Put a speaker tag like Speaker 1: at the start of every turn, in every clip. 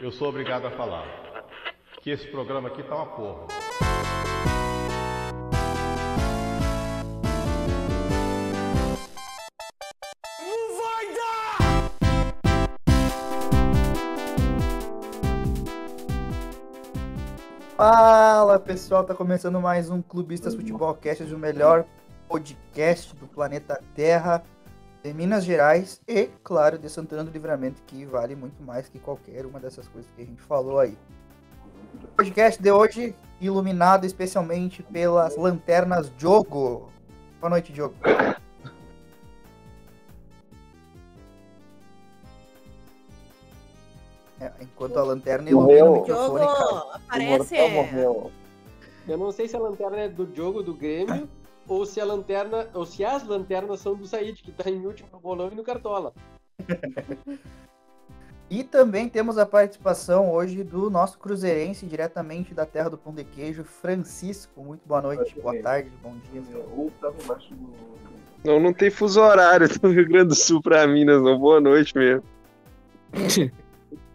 Speaker 1: Eu sou obrigado a falar que esse programa aqui tá uma porra.
Speaker 2: Fala pessoal, tá começando mais um Clubistas Futebolcast, o melhor podcast do planeta Terra, de Minas Gerais e, claro, de Santana do Livramento, que vale muito mais que qualquer uma dessas coisas que a gente falou aí. O podcast de hoje, iluminado especialmente pelas lanternas Diogo. Boa noite, Diogo. É, enquanto a lanterna ilumina o
Speaker 3: Morreu.
Speaker 2: microfone, cara.
Speaker 4: Jogo, aparece.
Speaker 3: O Mortal morreu.
Speaker 5: Eu não sei se a lanterna é do jogo do Grêmio ou se a lanterna ou se as lanternas são do Said, que tá em último no bolão e no cartola.
Speaker 2: E também temos a participação hoje do nosso cruzeirense, diretamente da terra do pão de queijo, Francisco. Muito boa noite,
Speaker 3: Oi,
Speaker 2: boa
Speaker 3: gente.
Speaker 2: tarde, bom dia.
Speaker 3: Ou tava embaixo do.
Speaker 6: Não, não tem fuso horário do Rio Grande do Sul pra Minas, não. Boa noite mesmo.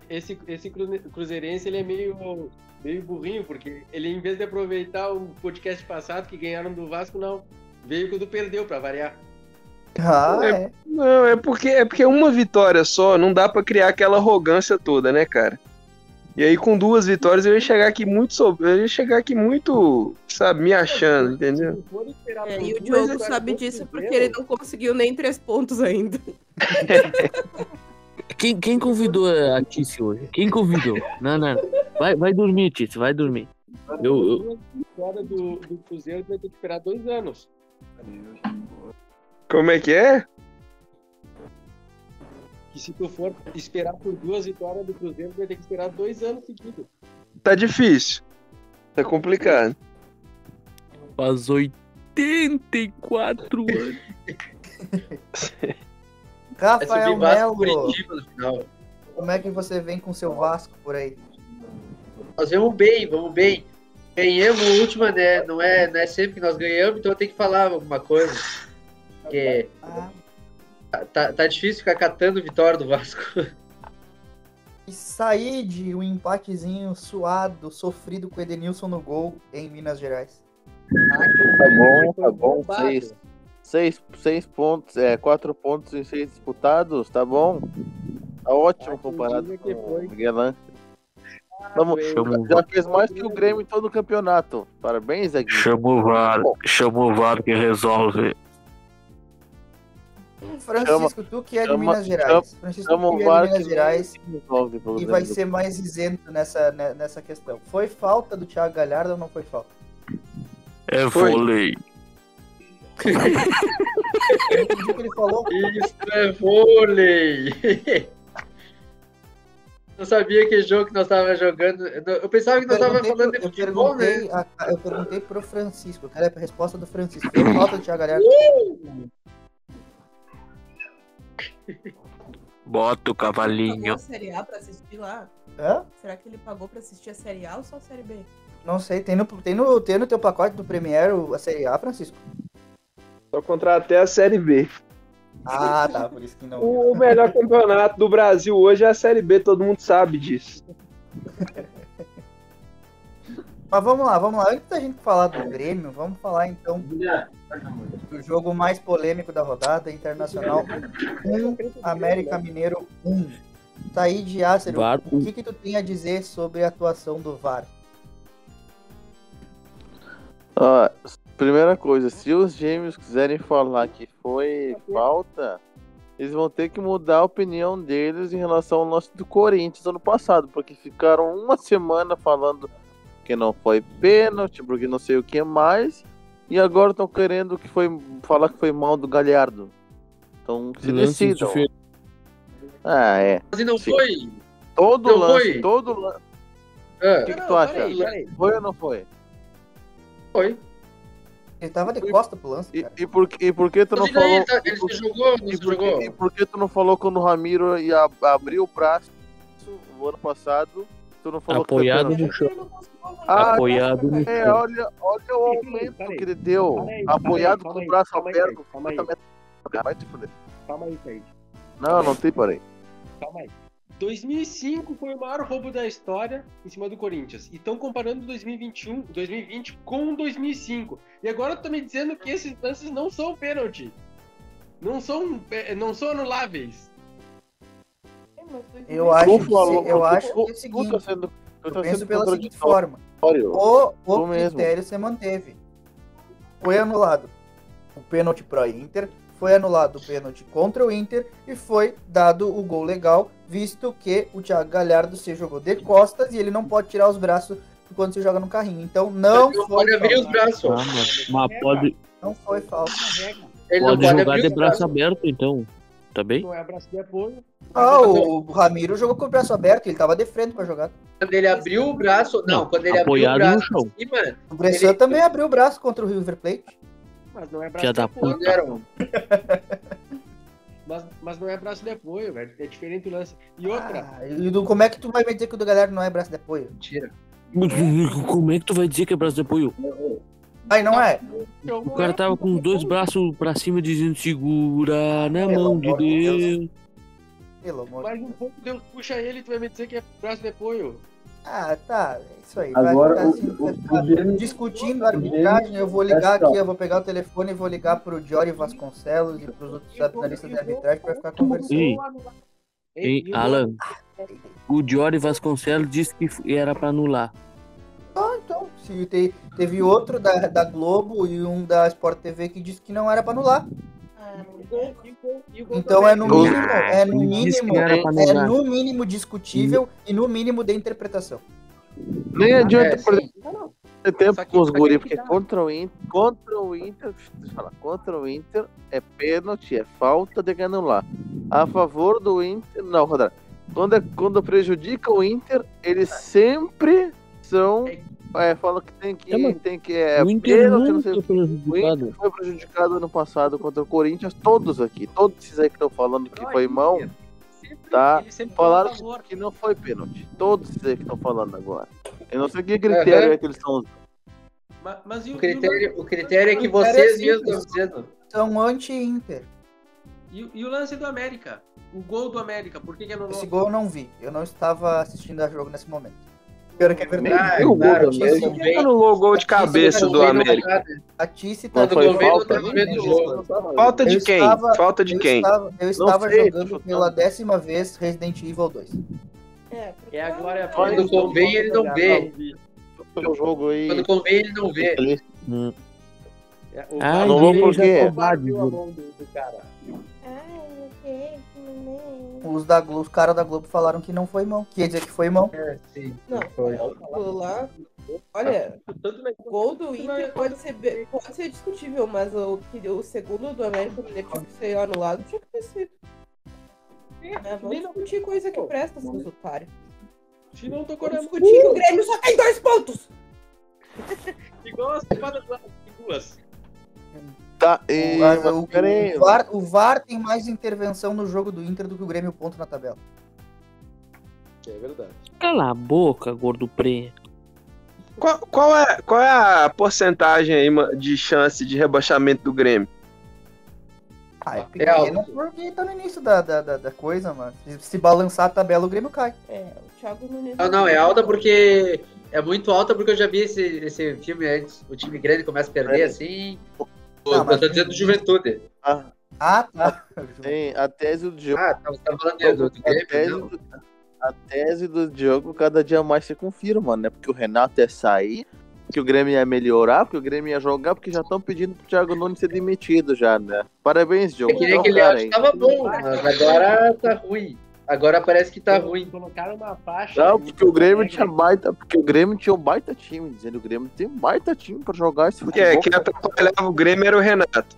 Speaker 5: Esse, esse cruze- cruzeirense ele é meio, meio burrinho, porque ele em vez de aproveitar o podcast passado que ganharam do Vasco, não. Veio quando perdeu pra variar.
Speaker 2: Ah, é.
Speaker 6: Não, é porque é porque uma vitória só não dá pra criar aquela arrogância toda, né, cara? E aí com duas vitórias eu ia chegar aqui muito sob... eu ia chegar aqui muito, sabe, me achando, entendeu?
Speaker 5: Se for esperar
Speaker 4: É,
Speaker 5: por
Speaker 4: e o
Speaker 5: duas
Speaker 4: Diogo
Speaker 5: vitórias
Speaker 4: sabe
Speaker 5: do
Speaker 4: disso
Speaker 5: Cruzeiro,
Speaker 4: porque ele não conseguiu nem três pontos ainda.
Speaker 7: Quem, quem convidou a Tice hoje? Quem convidou? Não, não. Vai, vai dormir, Tice, vai dormir. Eu, eu-
Speaker 5: Duas vitórias do, do Cruzeiro vai ter que esperar dois anos.
Speaker 6: Como é que é?
Speaker 5: Que se tu for esperar por duas vitórias do Cruzeiro, vai ter que esperar dois anos seguidos.
Speaker 6: Tá difícil. Tá complicado.
Speaker 7: faz 84 anos.
Speaker 2: Rafael Melo,
Speaker 8: Curitiba no final.
Speaker 2: como é que você vem com seu Vasco por aí?
Speaker 8: Nós vamos bem, vamos bem. Ganhamos a última, né? Não é, não é sempre que nós ganhamos, então eu tenho que falar alguma coisa. Porque
Speaker 2: Ah,
Speaker 8: tá, tá difícil ficar catando vitória do Vasco.
Speaker 2: e saí de um empatezinho suado, sofrido com o Edenilson no gol em Minas Gerais.
Speaker 3: Tá bom, tá bom.
Speaker 5: Roubado.
Speaker 3: Seis, seis, seis pontos, é, quatro pontos em seis disputados, tá bom? Tá ótimo
Speaker 5: Ah,
Speaker 3: comparado
Speaker 5: quem
Speaker 3: com
Speaker 5: diga que foi.
Speaker 3: o Miguelã. Vamos,
Speaker 5: Ah,
Speaker 7: Chama o
Speaker 3: já
Speaker 7: VAR,
Speaker 3: fez mais que o Grêmio em todo o campeonato. Parabéns, Zé Guinho.
Speaker 7: chama o VAR, chama o VAR que resolve.
Speaker 2: Hum, Francisco, tu que é de
Speaker 3: chama-
Speaker 2: Minas Gerais. Francisco,
Speaker 3: Chama
Speaker 2: tu
Speaker 3: o
Speaker 2: que é
Speaker 3: VAR
Speaker 2: de
Speaker 3: que
Speaker 2: Minas Gerais.
Speaker 3: resolve o
Speaker 2: E
Speaker 3: problema
Speaker 2: vai
Speaker 3: do-
Speaker 2: ser mais isento nessa, ne- nessa questão. Foi falta do Thiago Galhardo ou não foi falta?
Speaker 7: É
Speaker 6: Foi.
Speaker 7: vôlei.
Speaker 2: Eu entendi o que ele falou,
Speaker 8: Isso é vôlei! Não sabia que jogo que nós tava jogando. Eu não- Eu pensava que nós tava
Speaker 2: perguntei
Speaker 8: falando
Speaker 2: pro-
Speaker 8: de
Speaker 2: eu
Speaker 8: futebol, né?
Speaker 2: perguntei a- eu perguntei pro Francisco, eu quero a resposta do Francisco. Foi falta do Thiago Galhardo.
Speaker 7: Bota o
Speaker 4: Pagou
Speaker 7: cavalinho.
Speaker 4: a Série A pra assistir lá?
Speaker 2: Hã?
Speaker 4: Será que ele pagou pra assistir a Série A ou só a Série B?
Speaker 2: Não sei, tem no, tem, no, tem no teu pacote do Premiere o- a Série A, Francisco?
Speaker 6: Só contra até a Série B.
Speaker 2: Ah, tá, por isso que não. viu.
Speaker 6: O melhor campeonato do Brasil hoje é a Série B, todo mundo sabe disso.
Speaker 2: Mas vamos lá, vamos lá. Antes da gente falar do Grêmio, vamos falar então do jogo mais polêmico da rodada, Internacional 1, América Mineiro Tá 1. Said Acer,
Speaker 7: VAR,
Speaker 2: o
Speaker 3: um.
Speaker 2: que, que tu tem a dizer sobre a atuação do VAR?
Speaker 3: Ó, primeira coisa, se os gêmeos quiserem falar que foi falta, eles vão ter que mudar a opinião deles em relação ao lance do Corinthians ano passado, porque ficaram uma semana falando que não foi pênalti, porque não sei o que mais, e agora estão querendo que foi falar que foi mal do Galhardo. Então se
Speaker 7: Lances
Speaker 3: decidam.
Speaker 7: difer-
Speaker 3: Ah, é.
Speaker 8: Mas e não
Speaker 3: Sim.
Speaker 8: foi?
Speaker 3: Todo
Speaker 8: Não
Speaker 3: lance,
Speaker 8: Então foi?
Speaker 3: todo lance.
Speaker 8: Ah,
Speaker 3: O que, que
Speaker 5: Não,
Speaker 3: tu acha?
Speaker 5: peraí, peraí.
Speaker 3: Foi ou não foi?
Speaker 8: foi.
Speaker 2: Ele tava de costa pro lance,
Speaker 3: E,
Speaker 2: cara.
Speaker 3: e por, e por que tu não
Speaker 8: Mas e daí?
Speaker 3: falou?
Speaker 8: Ele tá- Ele se jogou ou não
Speaker 3: E
Speaker 8: se
Speaker 3: por, que,
Speaker 8: jogou?
Speaker 3: e Tipo, por que tu não falou quando o Ramiro ia ab- abrir o braço no ano passado? Tu não falou
Speaker 7: Apoiado
Speaker 3: que
Speaker 7: no chão.
Speaker 3: Ah,
Speaker 7: Apoiado no
Speaker 3: É,
Speaker 7: chão.
Speaker 3: olha, olha o aumento
Speaker 5: Peraí,
Speaker 3: que ele deu.
Speaker 5: peraí,
Speaker 3: apoiado
Speaker 5: peraí,
Speaker 3: com
Speaker 5: calma aí,
Speaker 3: o braço
Speaker 5: calma aí,
Speaker 3: aberto.
Speaker 5: calma aí.
Speaker 3: completamente- Vai te fuder.
Speaker 5: Calma aí, Said.
Speaker 3: Não, não tem, parei.
Speaker 5: Calma aí. 2005 foi o maior roubo da história em cima do Corinthians. E um, estão comparando 2021, 2020 com 2005. E agora estão me dizendo que esses lances não são pênalti. Não são, eh, não são anuláveis.
Speaker 4: É, mas
Speaker 2: Eu acho que,
Speaker 3: falou,
Speaker 2: se- eu
Speaker 3: tu-
Speaker 2: acho
Speaker 3: tu-
Speaker 2: que é o
Speaker 3: tu tá
Speaker 2: seguinte,
Speaker 3: sendo- tu tá
Speaker 2: eu penso
Speaker 3: sendo
Speaker 2: pela seguinte
Speaker 3: contraditório.
Speaker 2: forma. O, o
Speaker 3: Tu mesmo.
Speaker 2: critério se manteve. Foi anulado o pênalti pro Inter, foi anulado o pênalti contra o Inter e foi dado o gol legal, visto que o Thiago Galhardo se jogou de costas e ele não pode tirar os braços quando se joga no carrinho. Então não, foi,
Speaker 8: Não pode abrir os
Speaker 2: falta,
Speaker 8: braços.
Speaker 7: Ah, mas, mas pode,
Speaker 2: não foi falta.
Speaker 8: Ele não
Speaker 7: pode
Speaker 8: pode
Speaker 7: jogar
Speaker 8: abrir
Speaker 7: de
Speaker 8: os braços.
Speaker 7: braço aberto, então. Tá bem?
Speaker 5: Não é abraço de apoio.
Speaker 2: Ah, o o Ramiro jogou com o braço aberto, ele tava de frente pra jogar.
Speaker 8: Quando ele abriu o braço. Não,
Speaker 7: Não,
Speaker 8: quando ele abriu o
Speaker 7: apoiado
Speaker 8: braço
Speaker 7: no
Speaker 8: em cima,
Speaker 2: O Bressan
Speaker 8: Ele-
Speaker 2: também abriu o braço contra o River Plate.
Speaker 5: Mas não é braço
Speaker 7: Filha
Speaker 5: de
Speaker 7: da
Speaker 5: apoio.
Speaker 7: puta.
Speaker 8: fizeram.
Speaker 5: Mas, mas não é braço de apoio, velho. É diferente o lance. E outra,
Speaker 2: Ah, e do, como é que tu vai me dizer que o do Galhardo não é braço de apoio?
Speaker 8: Mentira.
Speaker 7: Mas Como é que tu vai dizer que é braço de apoio?
Speaker 2: Aí não é.
Speaker 5: então,
Speaker 7: O cara tava com os dois braços pra cima dizendo segura na
Speaker 2: Pelo
Speaker 7: mão de
Speaker 2: amor de Deus.
Speaker 7: Deus.
Speaker 2: Pelo amor
Speaker 5: Mais
Speaker 2: de
Speaker 5: um
Speaker 2: Deus.
Speaker 5: pouco, Deus puxa ele e tu vai me dizer que é braço de apoio.
Speaker 2: Ah, tá. É isso aí. Vai
Speaker 9: Agora,
Speaker 2: ficar
Speaker 9: o,
Speaker 2: assim,
Speaker 9: o,
Speaker 2: vai
Speaker 9: o
Speaker 2: ficar
Speaker 9: James-
Speaker 2: discutindo a arbitragem, eu vou ligar aqui, eu vou pegar o telefone e vou ligar pro Diori Vasconcelos e pros outros analistas de arbitragem pra ficar conversando.
Speaker 7: Ei,
Speaker 5: E-
Speaker 7: ei,
Speaker 5: e o-
Speaker 7: Alan, o Diori Vasconcelos disse que f- era pra anular.
Speaker 2: Ah, então, se te- teve outro da, da Globo e um da Sport TV que disse que não era pra anular.
Speaker 4: Ah,
Speaker 5: e o gol- e o gol- e o gol
Speaker 2: Então é no
Speaker 3: Eu-
Speaker 2: mínimo, é no
Speaker 7: Ele disse que
Speaker 2: mínimo,
Speaker 7: não era pra
Speaker 2: é
Speaker 7: anular.
Speaker 2: no mínimo discutível e no mínimo de interpretação.
Speaker 3: Nem adianta
Speaker 8: É,
Speaker 3: perder
Speaker 8: sim.
Speaker 3: tempo
Speaker 5: Só que-
Speaker 3: com os
Speaker 5: só que
Speaker 3: guri,
Speaker 5: é que
Speaker 3: porque
Speaker 5: dá.
Speaker 3: contra o Inter, contra o Inter, deixa eu falar, contra o Inter é pênalti, é falta de anular. A favor do Inter, não, Rodar. Quando, é- quando prejudica o Inter, eles
Speaker 5: É.
Speaker 3: sempre são. É, falam que tem que.
Speaker 7: É, mas
Speaker 3: tem que é,
Speaker 7: o Inter
Speaker 3: pênalti, não sei
Speaker 7: nunca
Speaker 3: o que.
Speaker 7: foi
Speaker 3: O Inter
Speaker 7: resultado.
Speaker 3: foi prejudicado ano passado contra o Corinthians, todos aqui, todos esses aí que estão falando que foi mão,
Speaker 5: Sempre-
Speaker 3: Tá.
Speaker 5: ele sempre
Speaker 3: falaram
Speaker 5: fala a é favor.
Speaker 3: que não foi pênalti. Todos esses aí que estão falando agora. Eu não sei que critério
Speaker 8: Aham.
Speaker 3: é que eles estão usando.
Speaker 5: Ma- Mas, e
Speaker 8: O
Speaker 5: o,
Speaker 8: critério, o critério é que
Speaker 2: O critério é
Speaker 8: vocês
Speaker 2: simples.
Speaker 8: mesmos estão dizendo.
Speaker 2: São anti-Inter.
Speaker 5: e, o- e o lance do América? O gol do América, por que, é que não
Speaker 2: Esse gol eu não vi. Eu não estava assistindo a jogo nesse momento. Pior que é verdade.
Speaker 8: Ah,
Speaker 6: E o gol
Speaker 8: claro,
Speaker 6: do América?
Speaker 8: isso
Speaker 6: Por
Speaker 8: vem-
Speaker 6: que tipo assim, anulou o gol de cabeça
Speaker 8: isso
Speaker 6: do
Speaker 8: vem no
Speaker 6: América?
Speaker 8: mercado.
Speaker 2: A Tice tá
Speaker 3: Mas
Speaker 8: Quando
Speaker 3: foi
Speaker 8: o governo
Speaker 3: falta,
Speaker 8: tá no meio do jogo.
Speaker 6: Falta de
Speaker 2: né? Eu
Speaker 6: quem?
Speaker 2: estava-
Speaker 6: Falta de
Speaker 2: eu
Speaker 6: quem?
Speaker 2: Estava, eu estava
Speaker 3: sei, tô
Speaker 2: jogando pela
Speaker 3: chutando.
Speaker 2: décima vez Resident Evil 2.
Speaker 4: É, porque-
Speaker 5: É a glória
Speaker 8: Quando
Speaker 5: Eles não
Speaker 8: convém, ele não vê.
Speaker 3: O jogo aí.
Speaker 8: Quando convém, ele não vê.
Speaker 5: É, o-
Speaker 7: Ah,
Speaker 3: não vou
Speaker 7: ele
Speaker 3: por
Speaker 7: já
Speaker 3: quê?
Speaker 7: tá
Speaker 5: o VAR viu a
Speaker 7: roubado.
Speaker 5: mão do, do cara.
Speaker 4: Ai, Ah, é, ok, neném.
Speaker 2: Os, da Globo, os caras da Globo falaram que não foi mão. Quer dizer que foi mão.
Speaker 4: Não, aquilo lá. Olha,
Speaker 5: Tanto na-
Speaker 4: o gol do Inter pode ser, be- pode ser discutível, mas o, que- o segundo do América depois que ser anulado tinha que ter sido. Né? Vamos
Speaker 5: É, nem não-
Speaker 4: discutir coisa que presta, seus otários.
Speaker 5: Se não tocou
Speaker 4: Vamos
Speaker 5: na mão.
Speaker 4: discutir que o Grêmio só tem dois pontos!
Speaker 5: Igual as espadas lá, tem duas.
Speaker 3: Tá, e.
Speaker 2: Mas
Speaker 3: mas
Speaker 2: o,
Speaker 3: peraí,
Speaker 2: o VAR, o VAR tem mais intervenção no jogo do Inter do que o Grêmio ponto na tabela.
Speaker 5: É verdade.
Speaker 7: Cala a boca, gordo pre.
Speaker 6: Qual, qual é, qual é a porcentagem aí ma- de chance de rebaixamento do Grêmio?
Speaker 2: Ah, é pequena
Speaker 8: alto.
Speaker 2: porque tá no início da, da, da, da coisa, mano. Se, se balançar a tabela, o Grêmio cai.
Speaker 4: É, o Thiago Nunes.
Speaker 7: Ah,
Speaker 8: Não, não, é alta porque. É muito alta porque eu já vi esse, esse filme antes. O time grande começa
Speaker 3: É.
Speaker 8: a perder assim.
Speaker 2: Não, mas-
Speaker 8: eu tô dizendo juventude.
Speaker 3: a,
Speaker 2: Ah, tá.
Speaker 3: tem a tese do Diogo.
Speaker 8: Ah, tá, você tá falando do, do, do
Speaker 3: a,
Speaker 8: Grêmio,
Speaker 3: tese
Speaker 8: não.
Speaker 3: do, a tese do Diogo cada dia mais se confirma, né? Porque o Renato ia sair, porque o Grêmio ia melhorar, porque o Grêmio ia jogar, porque já estão pedindo pro Thiago Nunes ser demitido já, né? Parabéns, Diogo.
Speaker 8: Eu queria
Speaker 3: Então,
Speaker 8: que ele
Speaker 3: cara,
Speaker 8: acha que
Speaker 3: aí.
Speaker 8: tava bom, mas agora tá ruim. Agora parece que tá ruim.
Speaker 5: Colocaram uma faixa.
Speaker 3: Não, porque o Grêmio tinha baita, porque o Grêmio tinha um baita time, dizendo o Grêmio tem um baita time pra jogar esse futebol.
Speaker 6: É, quem atrapalhava o Grêmio era o Renato.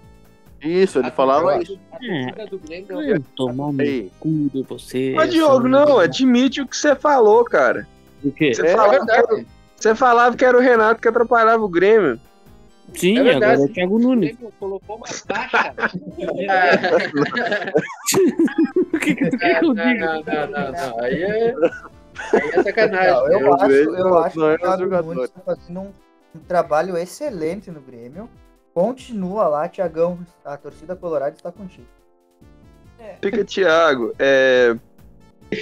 Speaker 3: Isso, ele falava isso.
Speaker 5: A torcida do Grêmio
Speaker 7: Vai Tomar no
Speaker 3: Aí,
Speaker 7: cu de você.
Speaker 6: Mas, Diogo,
Speaker 7: essa-
Speaker 6: não, admite o que você falou, cara.
Speaker 7: O quê?
Speaker 6: Você,
Speaker 3: É
Speaker 6: falava,
Speaker 8: verdade.
Speaker 6: você falava que era o Renato que atrapalhava o Grêmio.
Speaker 7: Sim,
Speaker 8: É verdade.
Speaker 7: agora é o Thiago
Speaker 5: O
Speaker 7: Nunes.
Speaker 5: Grêmio colocou uma
Speaker 8: tá,
Speaker 5: faixa.
Speaker 8: Ah,
Speaker 7: O que que tu quer que
Speaker 8: não,
Speaker 7: eu
Speaker 8: não,
Speaker 7: diga?
Speaker 8: não, não, não. Aí é, aí é sacanagem.
Speaker 2: Não, eu
Speaker 3: Eu
Speaker 2: acho,
Speaker 3: vejo,
Speaker 2: eu acho
Speaker 3: não é
Speaker 2: que o Thiago
Speaker 3: jogador.
Speaker 2: Nunes tá fazendo um, um trabalho excelente no Grêmio. Continua lá, Tiagão. A torcida colorada está contigo.
Speaker 6: Fica, Thiago, é,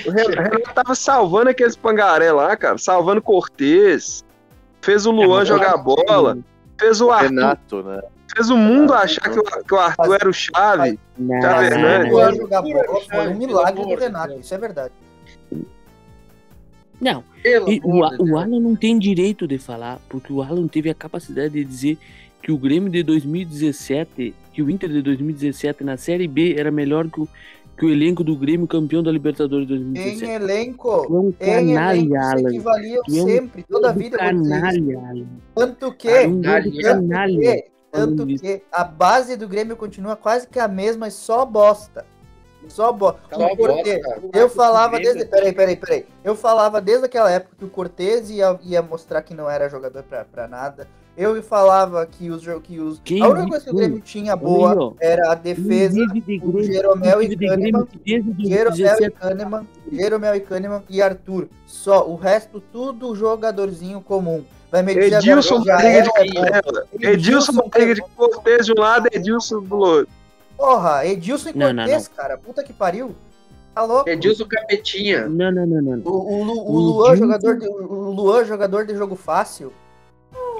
Speaker 6: O Ren- Renato tava salvando aqueles pangaré lá, cara. Salvando Cortez. Fez o Luan
Speaker 3: É,
Speaker 6: jogar bola. Fez
Speaker 2: tá
Speaker 6: o Arthur.
Speaker 3: Renato, né?
Speaker 6: Fez o mundo achar que o, que o Arthur era o chave.
Speaker 8: É
Speaker 6: Chave Hernandes.
Speaker 2: O Luan jogar
Speaker 8: Pura,
Speaker 2: bola foi
Speaker 8: Charles,
Speaker 2: um milagre
Speaker 8: pelo
Speaker 2: do
Speaker 8: amor de
Speaker 2: Renato,
Speaker 8: Deus.
Speaker 2: isso é verdade.
Speaker 7: Não,
Speaker 8: Pelo
Speaker 7: e o,
Speaker 8: amor
Speaker 7: A-
Speaker 8: de
Speaker 7: o
Speaker 8: Deus.
Speaker 7: Alan não tem direito de falar, porque o Alan teve a capacidade de dizer que o Grêmio de 2017, que o Inter de 2017 na Série B era melhor que o, que o elenco do Grêmio campeão da Libertadores de
Speaker 2: Em
Speaker 7: 2017.
Speaker 2: elenco,
Speaker 7: Tu é um
Speaker 2: em elenco,
Speaker 7: canalha,
Speaker 2: se
Speaker 7: Alan.
Speaker 2: equivaliam
Speaker 7: Tu é um
Speaker 2: sempre, toda a
Speaker 7: Tu é um
Speaker 2: vida. eu vou dizer isso.
Speaker 7: Canalha, Alan.
Speaker 2: Tanto
Speaker 7: Tu é
Speaker 2: que,
Speaker 7: um
Speaker 8: Canalha.
Speaker 2: tanto
Speaker 7: canalha.
Speaker 2: que, tanto que a base do Grêmio continua quase que a mesma, é só bosta. Só bosta.
Speaker 8: Só
Speaker 2: O Cortez,
Speaker 8: bosta.
Speaker 2: eu falava desde. Peraí, peraí, peraí. Eu falava desde aquela época que o Cortez ia, ia mostrar que não era jogador pra, pra nada. Eu falava que os. jo- Que os
Speaker 7: Quem
Speaker 2: a única coisa que o
Speaker 7: disse?
Speaker 2: Grêmio tinha boa
Speaker 7: Olha aí, ó.
Speaker 2: era a defesa,
Speaker 7: Nível de
Speaker 2: o
Speaker 7: Grêmio-
Speaker 2: Jeromel
Speaker 7: nível
Speaker 2: e
Speaker 7: de Grêmio
Speaker 2: Kahneman.
Speaker 7: que desde
Speaker 2: Jeromel
Speaker 7: 2017
Speaker 2: e Kahneman, Jeromel e Kahneman e Arthur. Só, o resto tudo jogadorzinho comum. Vai me dizer
Speaker 6: Edilson
Speaker 2: agora, já
Speaker 6: Rodrigues de
Speaker 2: era bom.
Speaker 6: Canela. Edilson Rodrigues de Cortez de um lado, Edilson do outro.
Speaker 2: Porra, Edilson e
Speaker 7: Não, não,
Speaker 2: Cortez, cara. Puta que pariu. Tá louco?
Speaker 8: Edilson Capetinha.
Speaker 3: Hum.
Speaker 7: Não, não, não, não. não.
Speaker 2: O, o Lu- o
Speaker 7: O
Speaker 2: Luan, é
Speaker 7: Edilson-
Speaker 2: jogador de, o Luan, é jogador de jogo fácil.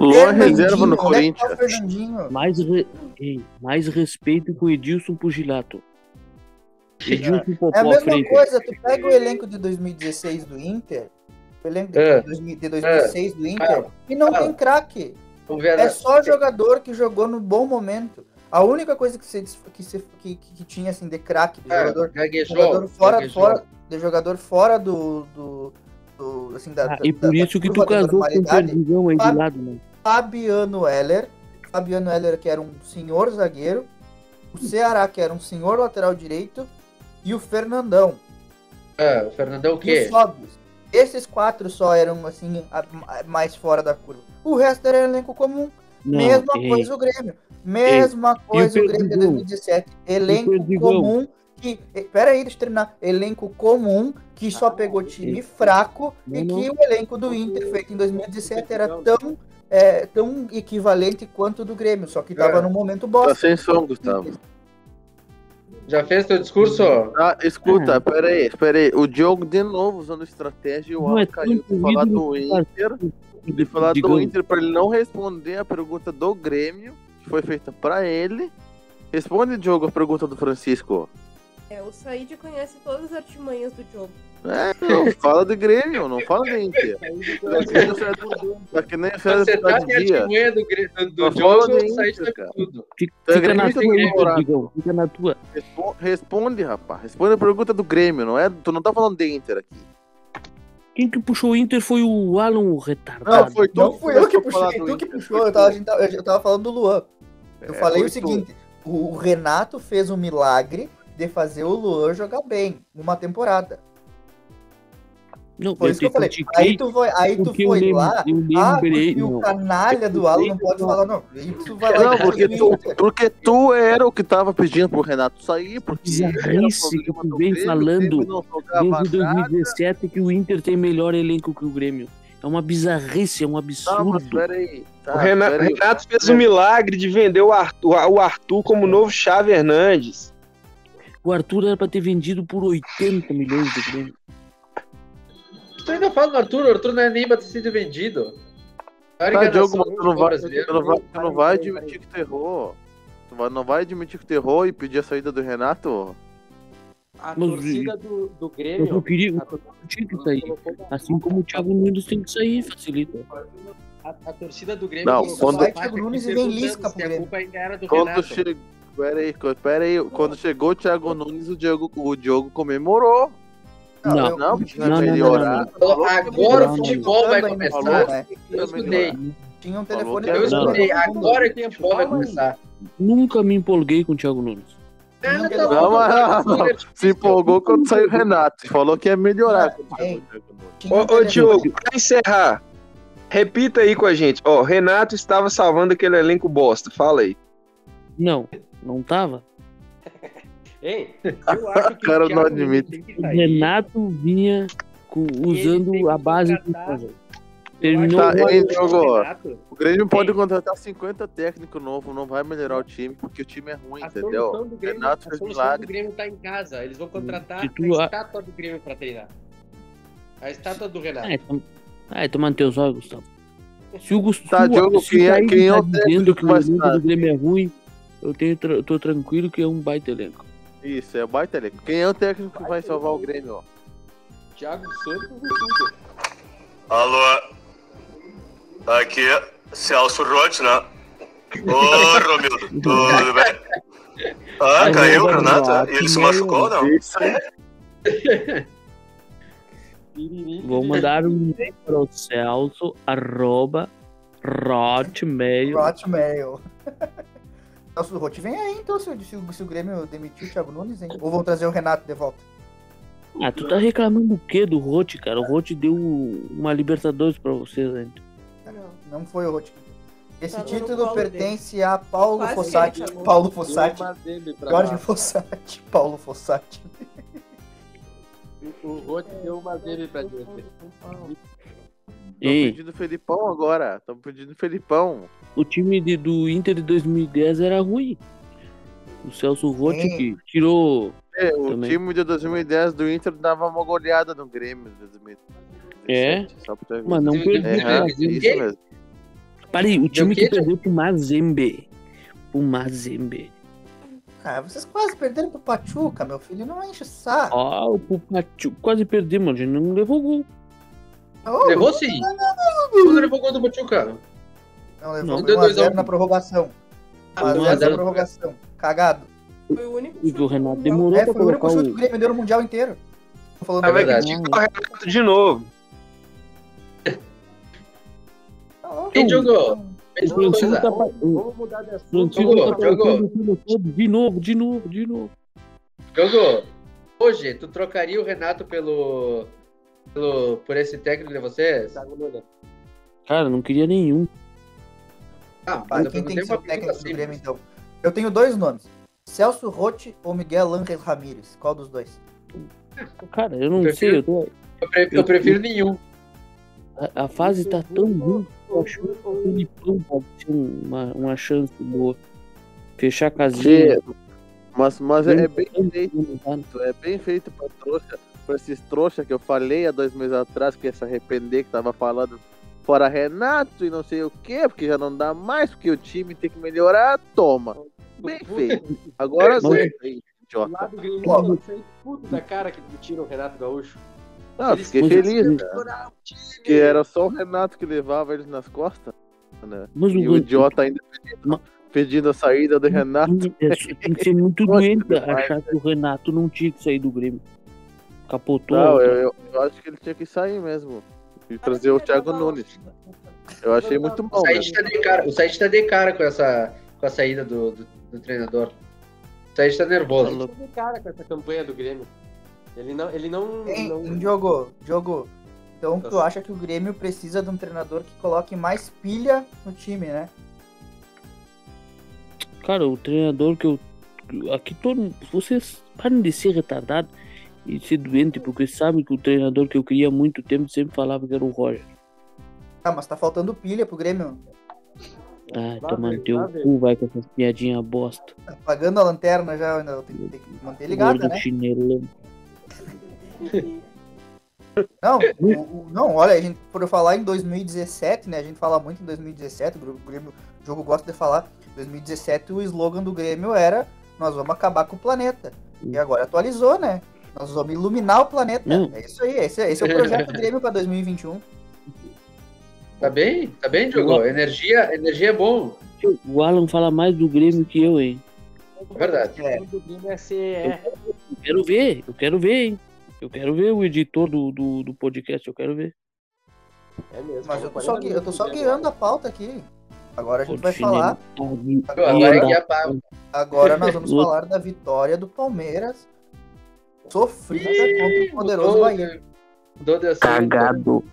Speaker 3: Luan é
Speaker 2: Fernandinho,
Speaker 3: reserva no
Speaker 2: onde é que tá o
Speaker 3: Corinthians.
Speaker 2: Fernandinho.
Speaker 7: Mais, re- Ei, mais respeito com o Edilson Pugilato. Edilson Popó
Speaker 2: É a mesma
Speaker 7: Freitas.
Speaker 2: coisa, tu pega o elenco de 2016 do Inter, o elenco de,
Speaker 8: É.
Speaker 2: 2000 de 2006 do Inter,
Speaker 8: Fala,
Speaker 2: e não
Speaker 8: fala.
Speaker 2: tem craque.
Speaker 8: Vamos ver. né?
Speaker 2: É só jogador que jogou no bom momento. A única coisa que, se, que, se- que, que- que tinha assim de craque, de
Speaker 8: É,
Speaker 2: jogador,
Speaker 8: gaguejou,
Speaker 2: jogador fora,
Speaker 8: gaguejou.
Speaker 2: fora, de jogador fora do, do, do- assim, da,
Speaker 7: Ah,
Speaker 2: da-
Speaker 7: e por
Speaker 2: da-
Speaker 7: isso
Speaker 2: da
Speaker 7: que tu
Speaker 2: curva da
Speaker 7: casou com o
Speaker 2: normalidade.
Speaker 7: Perdigão aí de
Speaker 2: Fábio-
Speaker 7: lado, né?
Speaker 2: Fabiano Heller. Fabiano Heller, que era um senhor zagueiro. O Ceará, que era um senhor lateral direito. E o Fernandão.
Speaker 8: É, o Fernandão o
Speaker 2: E o
Speaker 8: quê?
Speaker 2: Sobis. Esses quatro só eram, assim, a- a- mais fora da curva. O resto era elenco comum.
Speaker 7: Não, é,
Speaker 2: Mesma
Speaker 7: ei,
Speaker 2: coisa o Grêmio. Mesma coisa o, Grêmio de
Speaker 7: Perdigão?
Speaker 2: 2017. Elenco
Speaker 7: E o Perdigão?
Speaker 2: comum que. eh, Pera aí, deixa eu terminar. Elenco comum que só
Speaker 3: Ah,
Speaker 2: pegou time fraco e
Speaker 7: Não,
Speaker 2: que o elenco do Inter feito em 2017 era tão, eh, tão equivalente quanto o do Grêmio, só que tava
Speaker 8: É.
Speaker 2: num momento
Speaker 3: Tá
Speaker 2: bosta.
Speaker 3: sem som, Gustavo.
Speaker 8: Já fez teu discurso?
Speaker 3: Ah, escuta, peraí, peraí. O Diogo de novo usando estratégia e o
Speaker 7: Não é
Speaker 3: Alan caiu.
Speaker 7: tanto
Speaker 3: Tu falar
Speaker 7: ídolo
Speaker 3: do
Speaker 7: que faz.
Speaker 3: Inter,
Speaker 7: o
Speaker 3: de falar do
Speaker 7: Perdigão.
Speaker 3: Inter pra ele não responder a pergunta do Grêmio, que foi feita pra ele. Responde, Diogo, a pergunta do Francisco.
Speaker 4: É, o Said conhece todas as artimanhas do jogo.
Speaker 3: É, não, fala do Grêmio, não fala do Inter. Tá que nem o Fred- tá que nem o Fred
Speaker 8: Você tá
Speaker 3: tá
Speaker 8: de
Speaker 3: de dia.
Speaker 8: artimanha do, gri- do, do
Speaker 3: Tá falando
Speaker 8: jogo,
Speaker 3: de
Speaker 8: o Said
Speaker 3: Inter,
Speaker 8: tá
Speaker 3: cara.
Speaker 8: com tudo.
Speaker 7: Fica,
Speaker 3: Então,
Speaker 7: fica
Speaker 3: Grêmio
Speaker 7: na
Speaker 3: tem
Speaker 7: tua aí,
Speaker 3: Grêmio,
Speaker 7: Perdigão. Fica na tua.
Speaker 3: Respo- Responde, rapaz. Responde a pergunta do Grêmio, não é? Tu não tá falando de Inter aqui.
Speaker 7: Quem que puxou o Inter foi o Alan, o retardado.
Speaker 2: Não, foi tu,
Speaker 3: Não
Speaker 2: não
Speaker 3: fui
Speaker 2: fui eu que
Speaker 3: eu falar
Speaker 2: puxei,
Speaker 3: do
Speaker 2: tu que
Speaker 3: Inter,
Speaker 2: puxou.
Speaker 3: foi
Speaker 2: Eu tava,
Speaker 3: tu.
Speaker 2: a gente tava- eu tava falando do Luan. Eu
Speaker 3: É,
Speaker 2: falei
Speaker 3: foi
Speaker 2: o
Speaker 3: tu.
Speaker 2: seguinte: o Renato fez um milagre de fazer o Luan jogar bem numa temporada.
Speaker 7: Não,
Speaker 2: Foi isso que eu
Speaker 7: te
Speaker 2: falei.
Speaker 7: critiquei
Speaker 2: Aí tu foi, aí tu
Speaker 7: porque eu
Speaker 2: foi
Speaker 7: lembro-
Speaker 2: lá.
Speaker 7: eu
Speaker 2: Ah,
Speaker 7: lembrei,
Speaker 2: porque o
Speaker 7: não.
Speaker 2: canalha do Alan não pode falar, não. Isso vai lá
Speaker 3: Não,
Speaker 2: e faz
Speaker 3: porque
Speaker 2: o
Speaker 3: tu,
Speaker 2: Inter.
Speaker 3: porque tu era o que tava pedindo pro Renato sair, porque
Speaker 7: Isso
Speaker 3: era
Speaker 7: aí, sim,
Speaker 3: problema
Speaker 7: que tu
Speaker 3: do
Speaker 7: vem
Speaker 3: Grêmio,
Speaker 7: falando
Speaker 3: o Grêmio não jogava
Speaker 7: desde
Speaker 3: nada.
Speaker 7: 2017 que o Inter tem melhor elenco que o Grêmio. É uma bizarrice, é um
Speaker 3: Tá, mas
Speaker 7: absurdo.
Speaker 3: peraí. Tá,
Speaker 6: O Rena-
Speaker 3: peraí.
Speaker 6: Renato fez o milagre de vender o Arthur, o Arthur como novo Chave Hernandes.
Speaker 7: O Arthur era pra ter vendido por 80 milhões do Grêmio.
Speaker 8: Tu ainda fala do Arthur, o Arthur não é nem pra ter sido vendido. A
Speaker 3: Tá,
Speaker 8: arrecadação
Speaker 3: Diogo, mas tu não vai,
Speaker 8: brasileira-
Speaker 3: tu não vai, tu não vai admitir que tu errou. Tu vai- não vai admitir que tu errou e pedir a saída do Renato?
Speaker 5: A
Speaker 7: Mas,
Speaker 5: torcida do, do
Speaker 7: Eu só
Speaker 5: Grêmio.
Speaker 7: queria.
Speaker 5: a torcida-
Speaker 7: Eu tinha que sair. Assim como o Thiago Nunes tem que sair, facilita.
Speaker 5: A, a torcida do Grêmio.
Speaker 3: Não,
Speaker 5: colocou
Speaker 3: quando-
Speaker 5: uma placa
Speaker 2: Thiago
Speaker 5: aqui
Speaker 2: Nunes e vem Lisca
Speaker 5: perguntando
Speaker 2: pro
Speaker 5: se a
Speaker 2: Grêmio.
Speaker 5: culpa ainda era do
Speaker 3: Quando
Speaker 5: Renato.
Speaker 3: chegou. Peraí, co- peraí. Quando chegou o Thiago Nunes, o Diogo, o Diogo comemorou.
Speaker 7: Não,
Speaker 2: eu-
Speaker 3: Não,
Speaker 2: tinha-
Speaker 7: não, não,
Speaker 3: melhorar.
Speaker 8: Falou, Agora
Speaker 7: Não,
Speaker 8: o futebol vai
Speaker 2: Falando aí,
Speaker 8: começar.
Speaker 2: né?
Speaker 8: Eu escutei,
Speaker 2: Tinha um
Speaker 3: Falou
Speaker 2: telefone.
Speaker 3: que era-
Speaker 8: eu escutei. Agora que o futebol vai
Speaker 2: um
Speaker 5: Calma aí.
Speaker 8: começar.
Speaker 7: Nunca me empolguei com o Thiago Nunes.
Speaker 8: Cara, tá
Speaker 2: Não,
Speaker 8: bom,
Speaker 3: mas-
Speaker 8: cara, tudo é
Speaker 3: Se
Speaker 8: difícil.
Speaker 3: empolgou quando saiu o Renato. Falou que ia
Speaker 7: Ah,
Speaker 3: melhorar. quando saiu
Speaker 7: é.
Speaker 3: o Thiago Nunes.
Speaker 2: Tinha um
Speaker 6: Ô, ô
Speaker 2: telefone.
Speaker 6: Diogo, pra encerrar, repita aí com a gente. Ó, Renato estava salvando aquele elenco bosta. Fala aí.
Speaker 7: Não, não tava.
Speaker 5: Ei, eu acho que
Speaker 3: Cara,
Speaker 5: o Thiago
Speaker 3: não admite.
Speaker 5: Nunes tem que
Speaker 7: O
Speaker 5: sair.
Speaker 7: Renato vinha com-
Speaker 5: Ele tem
Speaker 7: usando
Speaker 5: que
Speaker 7: a base do
Speaker 5: contratar-
Speaker 7: Thiago. Terminou
Speaker 3: Tá,
Speaker 7: uma-
Speaker 3: ele jogou.
Speaker 5: Renato,
Speaker 3: O Grêmio pode contratar 50 técnicos novos, não vai melhorar o time, porque o time é ruim,
Speaker 5: a
Speaker 3: entendeu?
Speaker 5: solução do Grêmio,
Speaker 3: Renato
Speaker 5: a
Speaker 3: fez
Speaker 5: solução do
Speaker 3: milagre.
Speaker 5: Grêmio tá em casa. Eles vão contratar
Speaker 7: Se tu
Speaker 5: a
Speaker 7: a-
Speaker 5: estátua do Grêmio pra treinar. A estátua do Renato.
Speaker 7: Ah, então, ah, então mantém os olhos, Gustavo. Se o Gustavo
Speaker 3: Tá, Diogo,
Speaker 7: se
Speaker 3: quem é-
Speaker 7: Caíro
Speaker 3: quem é o
Speaker 7: tá
Speaker 3: técnico
Speaker 7: dizendo que
Speaker 3: que
Speaker 7: o
Speaker 3: vai
Speaker 7: elenco
Speaker 3: estar?
Speaker 7: do Grêmio é ruim, eu tenho tra- tô tranquilo que é um baita elenco.
Speaker 3: Isso, é baita ele. Quem é o técnico que vai salvar o Grêmio? ó?
Speaker 5: Thiago Souza com o Gustavo.
Speaker 9: Alô? Aqui, Celso Rotti, né? Ô, Romildo, tudo bem? Ah, caiu o Renato? E ele se machucou, não?
Speaker 3: Isso aí.
Speaker 5: Piriri,
Speaker 7: Vou mandar um e-mail para o Celso, arroba, hotmail.
Speaker 2: Rotmail. Celso do Rotti, vem aí então, se, o- se o- se o Grêmio demitiu o Thiago Nunes, hein? Ou vão trazer o Renato de volta?
Speaker 7: Ah, tu tá reclamando o quê do Rote, cara? O Rote deu uma Libertadores pra vocês, né?
Speaker 4: Não.
Speaker 2: Não foi o Rotti. Esse
Speaker 4: Tá no
Speaker 2: título
Speaker 4: colo dele.
Speaker 2: pertence a Paulo
Speaker 4: Quase
Speaker 2: Fossati.
Speaker 4: ele, tá bom.
Speaker 2: Paulo
Speaker 5: deu
Speaker 2: Fossati.
Speaker 5: uma dele pra
Speaker 2: Jorge
Speaker 5: lá.
Speaker 2: Fossati. Paulo Fossati.
Speaker 5: O Rote deu uma dele pra dentro.
Speaker 3: Tô
Speaker 7: Ei,
Speaker 3: pedindo o Felipão agora. Tô pedindo o Felipão.
Speaker 7: o time de- do Inter de 2010 era ruim. O Celso Rotti
Speaker 2: Sim.
Speaker 7: que tirou.
Speaker 3: É, o
Speaker 7: Também.
Speaker 3: time de 2010 do Inter dava uma goleada no Grêmio de 2017. É? Só pra tu ver.
Speaker 7: Mas não
Speaker 8: Sim,
Speaker 7: perdeu.
Speaker 3: É,
Speaker 8: sim.
Speaker 3: é, isso mesmo.
Speaker 7: Parei, o time
Speaker 8: quê,
Speaker 7: que perdeu pro Mazembe. O Mazembe.
Speaker 2: Ah, vocês quase perderam pro Pachuca, meu filho. Não enche o
Speaker 8: Ah.
Speaker 2: saco.
Speaker 7: Ó, Ah, o Pupati. Quase perdemos, a gente não levou gol.
Speaker 2: Ô,
Speaker 8: Levou sim. Quando levou o gol do Pachuca?
Speaker 2: Não,
Speaker 7: Não,
Speaker 2: levou
Speaker 8: deu
Speaker 2: 1x0
Speaker 8: dois a um.
Speaker 2: na prorrogação.
Speaker 8: Ah,
Speaker 2: 1x0
Speaker 8: dois a
Speaker 2: na
Speaker 8: zero.
Speaker 2: prorrogação. Cagado.
Speaker 4: Foi o único.
Speaker 7: E o
Speaker 4: chute
Speaker 7: Renato
Speaker 4: do
Speaker 7: demorou
Speaker 2: É,
Speaker 7: pra
Speaker 2: foi o único
Speaker 7: colocar
Speaker 2: chute que o
Speaker 7: o.
Speaker 2: Grêmio deu no Mundial inteiro. Tô falando
Speaker 8: É
Speaker 2: merda.
Speaker 8: verdade.
Speaker 6: Fica o Renato de novo.
Speaker 2: Tá
Speaker 8: Quem jogou?
Speaker 2: Então,
Speaker 8: Quem
Speaker 7: O
Speaker 8: jogou?
Speaker 7: Florentino tá.
Speaker 8: Zá?
Speaker 7: pa- O
Speaker 5: Vamos mudar de assunto.
Speaker 7: Florentino
Speaker 8: Jogou,
Speaker 7: tá colocando
Speaker 8: jogou.
Speaker 7: o time todo de novo, de novo, de novo.
Speaker 8: Jogou. Hoje, tu trocaria o Renato pelo. pelo por esse técnico de vocês?
Speaker 5: Thiago Nunes.
Speaker 7: Cara, não queria nenhum.
Speaker 5: tá,
Speaker 8: Ah,
Speaker 2: Para
Speaker 8: mas eu
Speaker 2: quem tem que
Speaker 8: perguntei
Speaker 2: ser o
Speaker 8: uma pergunta
Speaker 2: técnico do Grêmio,
Speaker 8: simples.
Speaker 2: então. Eu tenho dois nomes. Celso Rotti ou Miguel Ángel Ramírez? Qual dos dois?
Speaker 7: Cara, eu não
Speaker 8: Prefiro-
Speaker 7: sei. Eu tô...
Speaker 5: então?
Speaker 8: Eu pre- Eu prefiro nenhum.
Speaker 7: a, a fase tá tão ruim que eu acho que o Felipão pode ter uma, uma chance boa. Fechar a casinha. né?
Speaker 3: Sim, Mas, mas é, é bem feito,
Speaker 7: feito.
Speaker 3: é bem feito pra trouxa, pra esses trouxa que eu falei há dois meses atrás, que ia se arrepender, que tava falando fora Renato e não sei o que, porque já não dá mais, porque o time tem que melhorar, toma. Bem feito. Agora
Speaker 7: Mas-
Speaker 3: bem feito,
Speaker 5: Lá
Speaker 3: idiota.
Speaker 5: do Tá, Grêmio,
Speaker 2: Ó.
Speaker 5: eu achei puto da cara que tira o Renato Gaúcho.
Speaker 3: Não, eu Ah, fiquei
Speaker 7: Mas- assim,
Speaker 3: feliz, né?
Speaker 5: Chorar o time.
Speaker 3: Que era só o Renato que levava eles nas costas, né?
Speaker 7: Mas
Speaker 3: E o idiota ainda
Speaker 7: Ma-
Speaker 3: pedindo, pedindo a saída do Renato.
Speaker 7: É, só tem que ser muito doente pra
Speaker 3: demais, né?
Speaker 7: achar que o Renato não tinha que sair do Grêmio. Capotou.
Speaker 3: Não, eu, eu- eu acho que ele tinha que sair mesmo. E trazer o Thiago Nunes. Eu achei muito
Speaker 8: O
Speaker 3: bom. né?
Speaker 8: Said tá de cara, o Said tá de cara com essa com a saída do, do, do treinador. O Said tá nervoso.
Speaker 5: Ele tá de cara com essa campanha do Grêmio. Ele não. Ele não,
Speaker 2: Hein,
Speaker 5: não-
Speaker 2: hein, Diogo? Diogo, então
Speaker 5: Tá
Speaker 2: tu
Speaker 5: certo.
Speaker 2: acha que o Grêmio precisa de um treinador que coloque mais pilha no time, né?
Speaker 7: Cara, o treinador que eu. Aqui todo. Vocês parem de ser retardado e ser doente, porque sabem que o treinador que eu queria há muito tempo sempre falava que era o Roger.
Speaker 2: Ah, mas tá faltando pilha pro Grêmio.
Speaker 7: Ai,
Speaker 5: Lá
Speaker 7: tomar
Speaker 5: vem,
Speaker 7: Ah, no teu
Speaker 5: lá vem.
Speaker 7: cu, vai com essas piadinhas bosta.
Speaker 2: Tá apagando a lanterna já, ainda tem, tem que manter ligada,
Speaker 7: Gordo
Speaker 2: né?
Speaker 7: chinelão.
Speaker 2: Não, o- o- não, olha, a gente, por eu falar em 2017, né? A gente fala muito em 2017, o Grêmio- o Grêmio, o jogo gosta de falar. 2017 o slogan do Grêmio era nós vamos acabar com o planeta. E agora atualizou, né? Nós vamos iluminar o planeta.
Speaker 7: Não.
Speaker 2: É isso aí, esse, esse é o projeto Grêmio pra 2021.
Speaker 8: Tá bem? Tá bem, Diogo? Energia, energia é bom.
Speaker 7: O Alan fala mais do Grêmio que eu, hein?
Speaker 8: É verdade.
Speaker 5: O nome do Grêmio é CE.
Speaker 7: Eu quero ver, eu quero ver, hein? Eu quero ver o editor do, do, do podcast, eu quero ver.
Speaker 5: É mesmo.
Speaker 2: Mas eu tô só, gui- eu tô só guiando a pauta aqui. Agora a gente
Speaker 7: Gordo
Speaker 2: vai
Speaker 7: chinelo. tá
Speaker 2: falar.
Speaker 7: Tadinho.
Speaker 8: Agora é que é pá.
Speaker 2: Agora nós vamos
Speaker 7: Luta.
Speaker 2: falar da vitória do Palmeiras. Sofrida contra o poderoso
Speaker 8: Mudou,
Speaker 2: Bahia.
Speaker 8: né? Mudou de assunto.
Speaker 7: Cagado,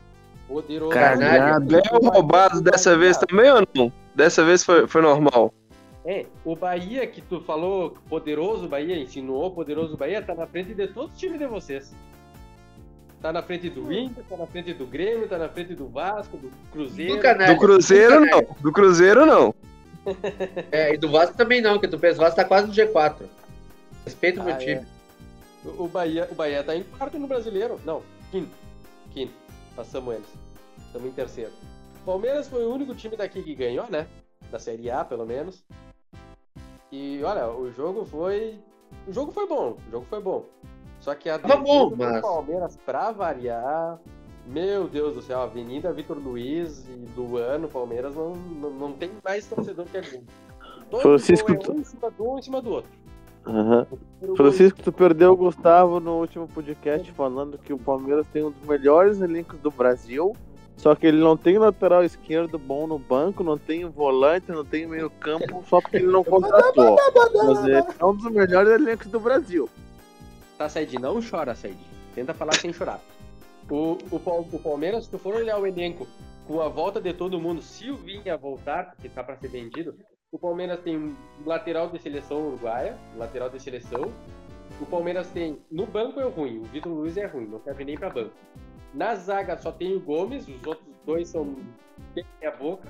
Speaker 5: Poderoso.
Speaker 7: cagado.
Speaker 6: Ganhou um roubado dessa vez também ou não? Dessa vez foi, foi normal.
Speaker 5: É, o Bahia que tu falou, poderoso Bahia, insinuou poderoso Bahia, tá na frente de todos os times de vocês. Tá na frente do Inter, tá na frente do Grêmio, tá na frente do Vasco, do Cruzeiro.
Speaker 8: Do canalha.
Speaker 6: Do Cruzeiro não, do Cruzeiro não.
Speaker 8: É, e do Vasco também não, porque tu pensa, o Vasco tá quase no G4. Respeita o meu
Speaker 5: Ah,
Speaker 8: time.
Speaker 5: O o Bahia, o Bahia tá em quarto no brasileiro. Não, quinto. Quinto. Passamos eles. Estamos em terceiro. Palmeiras foi o único time daqui que ganhou, né? Da Série A, pelo menos. E olha, o jogo foi. O jogo foi bom. O jogo foi bom. Só que a
Speaker 8: Tava
Speaker 5: defesa
Speaker 8: bom,
Speaker 5: do
Speaker 8: mas-
Speaker 5: Palmeiras, pra variar. Meu Deus do céu, Avenida Vitor Luiz e Luano, Palmeiras, não, não, não tem mais torcedor que a gente. Todo
Speaker 3: Francisco,
Speaker 5: gol é um em cima do um em cima do outro.
Speaker 3: Aham.
Speaker 5: Primeiro gol
Speaker 3: Francisco, tu perdeu o Gustavo no último podcast falando que o Palmeiras tem um dos melhores elencos do Brasil. Só que ele não tem lateral esquerdo bom no banco, não tem volante, não tem meio campo, só porque ele não contratou. Mas ele é um dos melhores elencos do Brasil.
Speaker 5: Tá, Said, não chora, Said. Tenta falar sem chorar. O, o, Pal- o Palmeiras, se tu for olhar o elenco com a volta de todo mundo, se o Vinha voltar, porque tá pra ser vendido, o Palmeiras tem um lateral de seleção uruguaia, um lateral de seleção. O Palmeiras tem. No banco é ruim, o Vitor Luiz é ruim, não serve nem pra banco. Na zaga só tem o Gomes, os outros dois são bem a boca.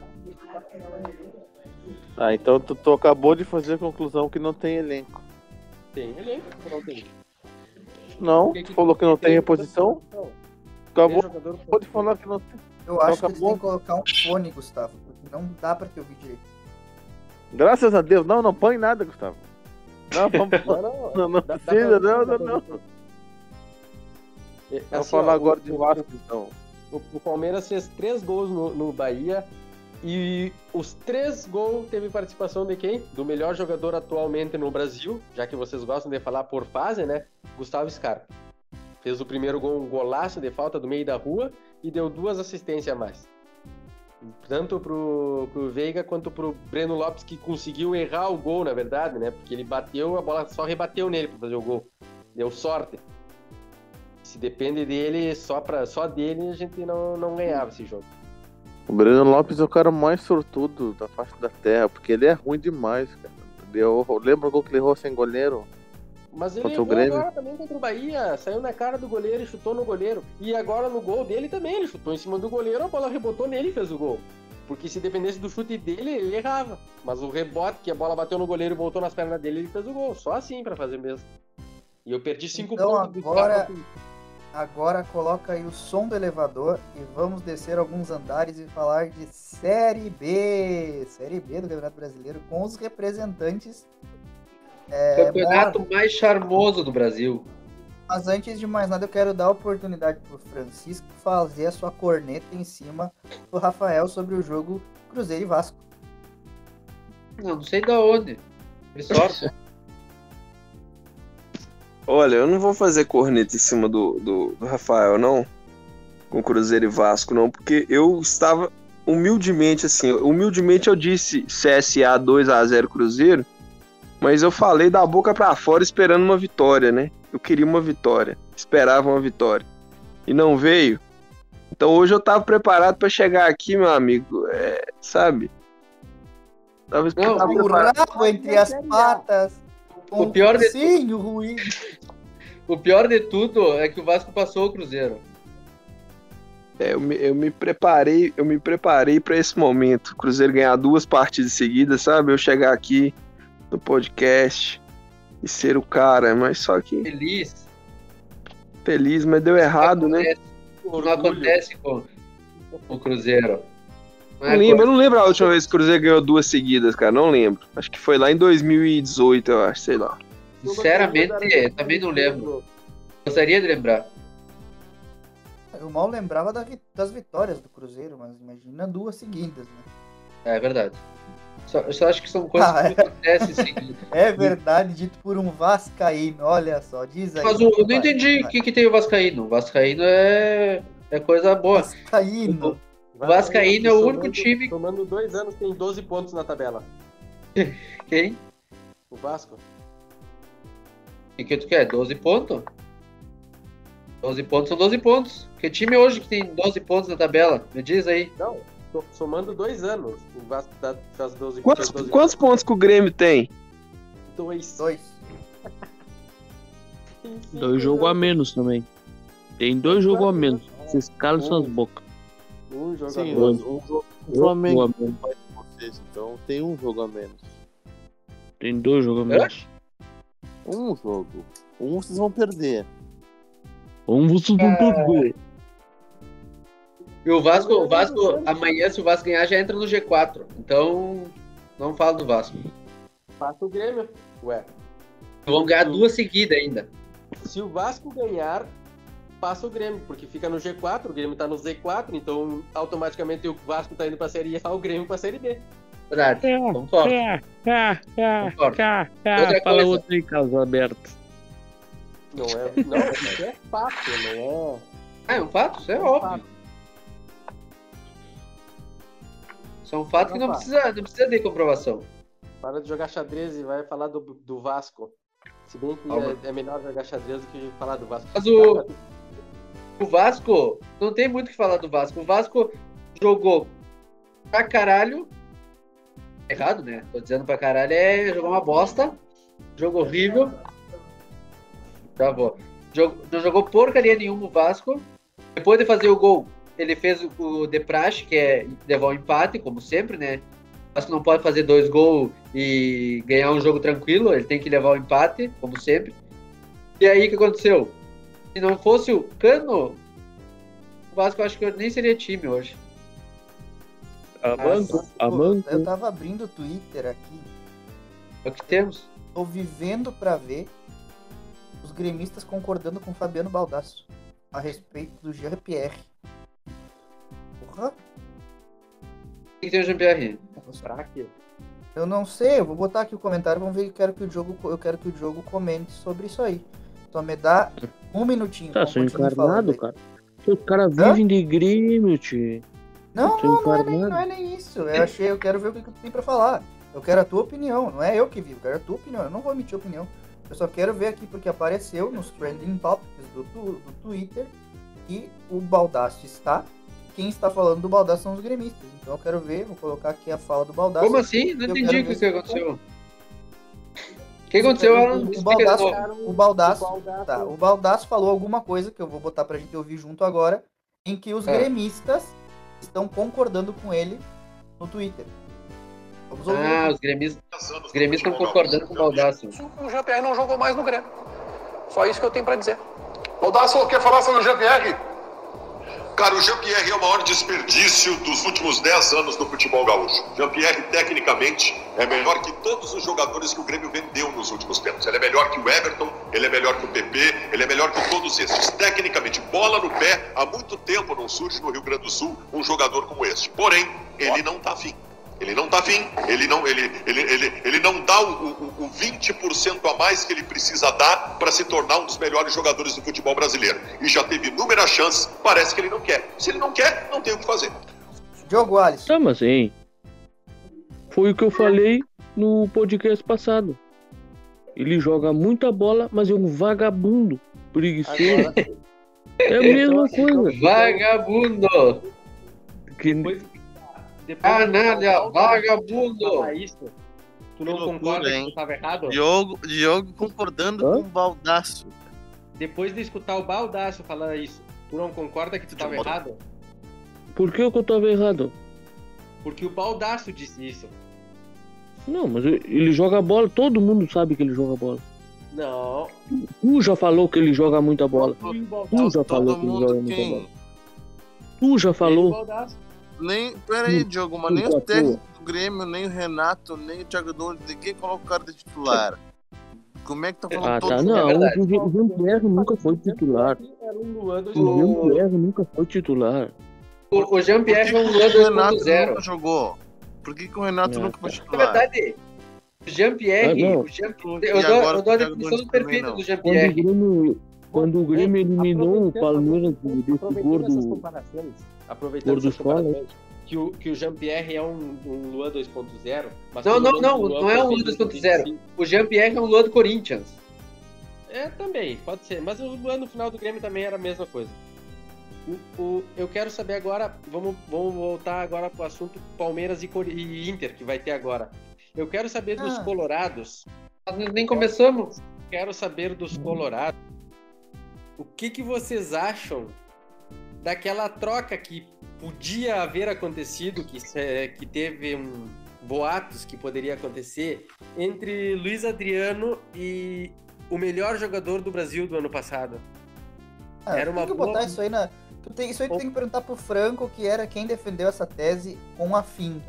Speaker 3: Ah, então tu, tu acabou de fazer a conclusão que não tem elenco.
Speaker 5: Tem elenco, não tem.
Speaker 3: Não, tu falou que não tem reposição, tu acabou
Speaker 5: Jogador...
Speaker 3: de falar que não tem.
Speaker 2: Eu acho
Speaker 3: Toca
Speaker 2: que eles têm que colocar um fone, Gustavo. porque Não dá pra te ouvir direito.
Speaker 3: Graças a Deus, não, não põe nada, Gustavo. Não, vamos
Speaker 5: Não, não,
Speaker 3: Não, não
Speaker 5: Dá- dá
Speaker 3: precisa,
Speaker 5: pra-
Speaker 3: não,
Speaker 5: dá
Speaker 3: não,
Speaker 5: pra-
Speaker 3: não.
Speaker 5: É,
Speaker 3: Vamos
Speaker 5: assim,
Speaker 3: falar
Speaker 5: ó,
Speaker 3: agora
Speaker 5: o-
Speaker 3: de Vasco, então.
Speaker 5: O, o Palmeiras fez três gols no, no Bahia e os três gols teve participação de quem? Do melhor jogador atualmente no Brasil, já que vocês gostam de falar por fase, né? Gustavo Scarpa. Fez o primeiro gol, um golaço de falta do meio da rua e deu duas assistências a mais. Tanto pro, pro Veiga quanto pro Breno Lopes, que conseguiu errar o gol, na verdade, né? Porque ele bateu, a bola só rebateu nele pra fazer o gol. Deu sorte se depende dele, só, pra, só dele, a gente não, não ganhava esse jogo.
Speaker 3: O Breno Lopes é o cara mais sortudo da faixa da terra, porque ele é ruim demais, cara. Eu lembro o gol que ele errou sem goleiro.
Speaker 5: Mas ele
Speaker 3: Contra o
Speaker 5: errou
Speaker 3: Grêmio.
Speaker 5: agora também contra o Bahia, saiu na cara do goleiro e chutou no goleiro. E agora no gol dele também, ele chutou em cima do goleiro, a bola rebotou nele e fez o gol. Porque se dependesse do chute dele, ele errava. Mas o rebote, que a bola bateu no goleiro e voltou nas pernas dele, ele fez o gol. Só assim pra fazer mesmo. E eu perdi cinco
Speaker 2: Então,
Speaker 5: pontos do
Speaker 2: agora-
Speaker 5: Scarpa com-
Speaker 2: Agora coloca aí o som do elevador e vamos descer alguns andares e falar de Série B. Série B do Campeonato Brasileiro com os representantes. É,
Speaker 8: Campeonato mais charmoso do Brasil.
Speaker 2: Mas antes de mais nada, eu quero dar a oportunidade pro Francisco fazer a sua corneta em cima do Rafael sobre o jogo Cruzeiro e Vasco.
Speaker 8: Não, não sei da onde. Me sorte.
Speaker 6: Olha, eu não vou fazer corneta em cima do, do, do Rafael, não. Com Cruzeiro e Vasco, não. Porque eu estava humildemente, assim. Humildemente eu disse CSA 2x0 Cruzeiro. Mas eu falei da boca pra fora esperando uma vitória, né? Eu queria uma vitória. Esperava uma vitória. E não veio. Então hoje eu tava preparado pra chegar aqui, meu amigo. É, sabe? Tava,
Speaker 8: Não,
Speaker 6: tava
Speaker 2: O
Speaker 6: preparado.
Speaker 2: rabo Tá entre as patas.
Speaker 8: O pior de-
Speaker 2: Sim, o ruim.
Speaker 8: O pior de tudo é que o Vasco passou o Cruzeiro.
Speaker 6: É, eu, me, eu me preparei, eu me preparei para esse momento. O Cruzeiro ganhar duas partidas seguidas, sabe? Eu chegar aqui no podcast e ser o cara, mas só que
Speaker 8: Feliz.
Speaker 6: feliz, mas deu errado, né?
Speaker 8: Não acontece né? com com o Cruzeiro. Não é
Speaker 6: Não lembro, eu não lembro a última vez que o Cruzeiro ganhou duas seguidas, cara. Não lembro. Acho que foi lá em 2018, eu acho, sei lá.
Speaker 8: Sinceramente, também não lembro. Gostaria de lembrar.
Speaker 2: Eu mal lembrava da vi- das vitórias do Cruzeiro, mas imagina duas seguidas, né?
Speaker 8: É verdade. Só, eu só acho que são coisas
Speaker 2: Ah,
Speaker 8: que acontecem seguido.
Speaker 2: É verdade, dito por um Vascaíno, olha só, diz aí.
Speaker 8: Mas o- eu não
Speaker 2: Vai,
Speaker 8: entendi o
Speaker 2: vai.
Speaker 8: que, que tem o Vascaíno. O Vascaíno é, é coisa boa.
Speaker 2: Vascaíno.
Speaker 5: Vai,
Speaker 8: Vascaíno é o
Speaker 5: somando-
Speaker 8: único time-
Speaker 5: Somando dois anos, tem 12 pontos na tabela.
Speaker 8: Quem?
Speaker 5: O Vasco.
Speaker 8: O que tu quer? 12 pontos? 12 pontos são 12 pontos. Que time hoje que tem 12 pontos na tabela? Me diz aí.
Speaker 5: So- Somando dois anos, o Vasco tá, faz 12
Speaker 6: Quantos,
Speaker 5: fez 12
Speaker 6: quantos pontos que o Grêmio tem?
Speaker 5: Dois.
Speaker 2: Dois.
Speaker 5: Em cinco
Speaker 7: Dois jogos a
Speaker 5: anos.
Speaker 7: menos também. Tem dois jogos a menos. Vocês calam
Speaker 2: Hum.
Speaker 7: suas bocas.
Speaker 5: Um jogador.
Speaker 3: Sim,
Speaker 7: Jogador.
Speaker 3: um, um, jogo- um
Speaker 7: Jogo
Speaker 3: Flamengo
Speaker 7: a
Speaker 3: não faz com vocês, então tem um jogo a menos.
Speaker 7: Tem dois jogos a menos.
Speaker 3: Um jogo. Um vocês vão perder.
Speaker 7: Um vocês vão
Speaker 8: Ah.
Speaker 7: perder.
Speaker 8: E o Vasco, o Vasco, amanhã, se o Vasco ganhar, já entra no G4. Então, não fala do Vasco.
Speaker 5: Passa o Grêmio. Ué.
Speaker 8: Vão ganhar duas seguidas ainda.
Speaker 5: Se o Vasco ganhar, passa o Grêmio, porque fica no G4, o Grêmio tá no Z4, então automaticamente o Vasco tá indo pra Série A, o Grêmio pra Série B.
Speaker 8: Verdade. Concordo.
Speaker 7: Cá, cá, cá,
Speaker 8: Concordo.
Speaker 7: cá,
Speaker 8: Outra
Speaker 7: cá. Fala
Speaker 8: coisa.
Speaker 7: outro aí, caso aberto.
Speaker 5: Não é, não, isso é fácil, não é?
Speaker 8: Ah, é um fato? Isso é óbvio. Isso é um fato que não precisa, não precisa de comprovação.
Speaker 5: Para de jogar xadrez e vai falar do, do Vasco. Se bem que
Speaker 8: Calma.
Speaker 5: é, é melhor jogar xadrez do que falar do Vasco.
Speaker 8: Mas o- O Vasco, não tem muito o que falar do Vasco. O Vasco jogou pra caralho. Errado, né? Tô dizendo pra caralho, é jogou uma bosta. Jogo horrível. Tá bom. Jog- não jogou porcaria nenhuma o Vasco. Depois de fazer o gol, ele fez o- o de praxe, que é levar o empate, como sempre, né? O Vasco não pode fazer dois gols e ganhar um jogo tranquilo. Ele tem que levar o empate, como sempre. E aí, o que aconteceu? Se não fosse o Cano, o Vasco acho que nem seria time hoje.
Speaker 2: Ah,
Speaker 7: A banco, a
Speaker 2: Eu
Speaker 7: banco.
Speaker 2: tava abrindo o Twitter aqui,
Speaker 8: É o que temos.
Speaker 2: tô vivendo pra ver os gremistas concordando com Fabiano Baldasso a respeito do Jean Pierre. Porra,
Speaker 8: O que tem o Jean-Pierre?
Speaker 5: Fraque.
Speaker 2: eu não sei, eu vou botar aqui o comentário, vamos ver, eu quero que o jogo, eu quero que o jogo comente sobre isso aí. Só me dá um minutinho.
Speaker 7: Tá,
Speaker 2: então
Speaker 7: sou
Speaker 2: continue falando
Speaker 7: encarnado,
Speaker 2: aí.
Speaker 7: cara. Os caras vivem de Grêmio, tio.
Speaker 2: Não, não,
Speaker 7: Sou
Speaker 2: não é, nem,
Speaker 7: encarnado.
Speaker 2: não é nem isso. Eu achei, eu quero ver o que que tu tem pra falar. Eu quero a tua opinião, não é eu que vivo, eu quero a tua opinião. Eu não vou emitir opinião. Eu só quero ver aqui porque apareceu nos trending topics do, tu- do Twitter que o Baldaço está. Quem está falando do Baldaço são os gremistas. Então eu quero ver, vou colocar aqui a fala do Baldaço.
Speaker 8: Como assim? Não
Speaker 2: eu quero
Speaker 8: entendi o que,
Speaker 2: ver
Speaker 8: que
Speaker 2: se-
Speaker 8: aconteceu. O que aconteceu? Alan?
Speaker 2: O- o
Speaker 8: Explica de
Speaker 2: Baldasso-
Speaker 8: novo.
Speaker 2: O um Baldaço,
Speaker 5: O Baldasso-
Speaker 2: tá, o Baldasso falou alguma coisa que eu vou botar pra gente ouvir junto agora, em que os
Speaker 8: É.
Speaker 2: gremistas estão concordando com ele no Twitter. Vamos ouvir.
Speaker 8: Ah, os gremistas, os gremistas estão concordando com o Baldasso.
Speaker 10: O Jean-Pierre não jogou mais no Grêmio. Só isso que eu tenho pra dizer.
Speaker 9: Baldasso quer falar sobre o GPR? Cara, o Jean-Pierre é o maior desperdício dos últimos 10 anos do futebol gaúcho. Jean-Pierre, tecnicamente, é melhor que todos os jogadores que o Grêmio vendeu nos últimos tempos. Ele é melhor que o Everton, ele é melhor que o PP, ele é melhor que todos esses. Tecnicamente, bola no pé, há muito tempo não surge no Rio Grande do Sul um jogador como este. Porém, ele não tá afim. Ele não tá afim, ele não, ele, ele, ele, ele não dá o, o, o 20% a mais que ele precisa dar para se tornar um dos melhores jogadores do futebol brasileiro. E já teve inúmeras chances, parece que ele não quer. Se ele não quer, não tem o que fazer.
Speaker 2: Diogo Alisson.
Speaker 7: Tá, mas hein? Foi o
Speaker 2: É.
Speaker 7: que eu falei no podcast passado. Ele joga muita bola, mas é um vagabundo. Preguiçoso.
Speaker 5: Agora,
Speaker 7: É a mesma coisa.
Speaker 8: Vagabundo!
Speaker 7: Que...
Speaker 5: depois, depois
Speaker 8: Canalha! Vagabundo!
Speaker 5: Falar né? isso, tu não
Speaker 3: Que loucura,
Speaker 5: concorda que
Speaker 3: hein?
Speaker 5: eu tava errado?
Speaker 3: Diogo, Diogo concordando
Speaker 7: Hã?
Speaker 3: com o Baldaço.
Speaker 5: Depois de escutar o Baldaço falar isso, tu não concorda que tu tava errado?
Speaker 7: Por que eu tava errado?
Speaker 5: Porque o Baldaço disse isso.
Speaker 7: Não, mas ele joga bola, todo mundo sabe que ele joga bola.
Speaker 5: Não.
Speaker 7: Tu já falou que ele joga muita bola.
Speaker 5: E o Baldasso-
Speaker 7: Tu já falou
Speaker 3: Todo
Speaker 7: que ele joga
Speaker 3: mundo
Speaker 7: muita bola.
Speaker 3: quem?
Speaker 7: Tu já
Speaker 5: E o
Speaker 7: falou.
Speaker 5: Baldasso.
Speaker 3: Nem, pera aí,
Speaker 7: Hum,
Speaker 3: Diogo, mas nem
Speaker 7: culpa
Speaker 3: o técnico do Grêmio, nem o Renato, nem o Thiago Nunes, ninguém coloca o cara de titular. Como é que tá falando
Speaker 7: Ah,
Speaker 3: todo
Speaker 7: tá,
Speaker 3: mundo?
Speaker 7: não.
Speaker 8: verdade.
Speaker 7: O Jean Pierre nunca foi titular.
Speaker 5: Era um Luan
Speaker 7: O Jean Pierre nunca foi titular.
Speaker 8: O, o
Speaker 3: Por que,
Speaker 8: Jean-Pierre é um
Speaker 3: que
Speaker 8: não
Speaker 3: o Renato
Speaker 8: 2.0.
Speaker 3: nunca jogou? Por que, que o Renato
Speaker 7: É,
Speaker 3: nunca foi
Speaker 8: Na
Speaker 3: titular?
Speaker 8: verdade, o Jean-Pierre.
Speaker 7: Ah, não.
Speaker 8: o Jean-
Speaker 3: E
Speaker 8: Eu, dou-
Speaker 3: agora
Speaker 8: eu dou a
Speaker 3: o Thiago Nunes
Speaker 8: definição
Speaker 3: também
Speaker 8: perfeita
Speaker 3: não.
Speaker 8: do
Speaker 2: é
Speaker 7: Quando o
Speaker 8: Jean-Pierre.
Speaker 7: Grêmio, quando o Grêmio
Speaker 5: É,
Speaker 7: eliminou o Palmeiras do- desse
Speaker 5: Aproveitando essas
Speaker 7: gordo.
Speaker 5: comparações, aproveitando
Speaker 7: gordo
Speaker 5: essas
Speaker 7: fala,
Speaker 5: comparações, que o, que o Jean-Pierre é um, um Luan 2.0. mas
Speaker 8: Não,
Speaker 5: que o
Speaker 8: não,
Speaker 5: Luan-
Speaker 8: não,
Speaker 5: Luan
Speaker 8: não é um
Speaker 5: foi
Speaker 8: Luan
Speaker 5: feito em
Speaker 8: 2.0.
Speaker 5: 25.
Speaker 8: O Jean-Pierre é um Luan do Corinthians.
Speaker 5: É, também, pode ser. Mas o Luan no final do Grêmio também era a mesma coisa. O, o- eu quero saber agora, vamos, vamos voltar agora pro assunto Palmeiras e, Cori- e Inter, que vai ter agora. Eu quero saber dos
Speaker 2: Ah.
Speaker 5: colorados
Speaker 8: Nós nem começamos.
Speaker 5: Quero saber dos colorados O que, que vocês acham daquela troca que podia haver acontecido, que, se- eh, que teve um boatos que poderia acontecer, entre Luiz Adriano e o melhor jogador do Brasil do ano passado?
Speaker 2: Ah,
Speaker 5: então, Era uma
Speaker 2: tem que
Speaker 5: boa-
Speaker 2: botar isso aí na. Tu tem, isso aí tu tem que perguntar pro Franco, que era quem defendeu essa tese com afim.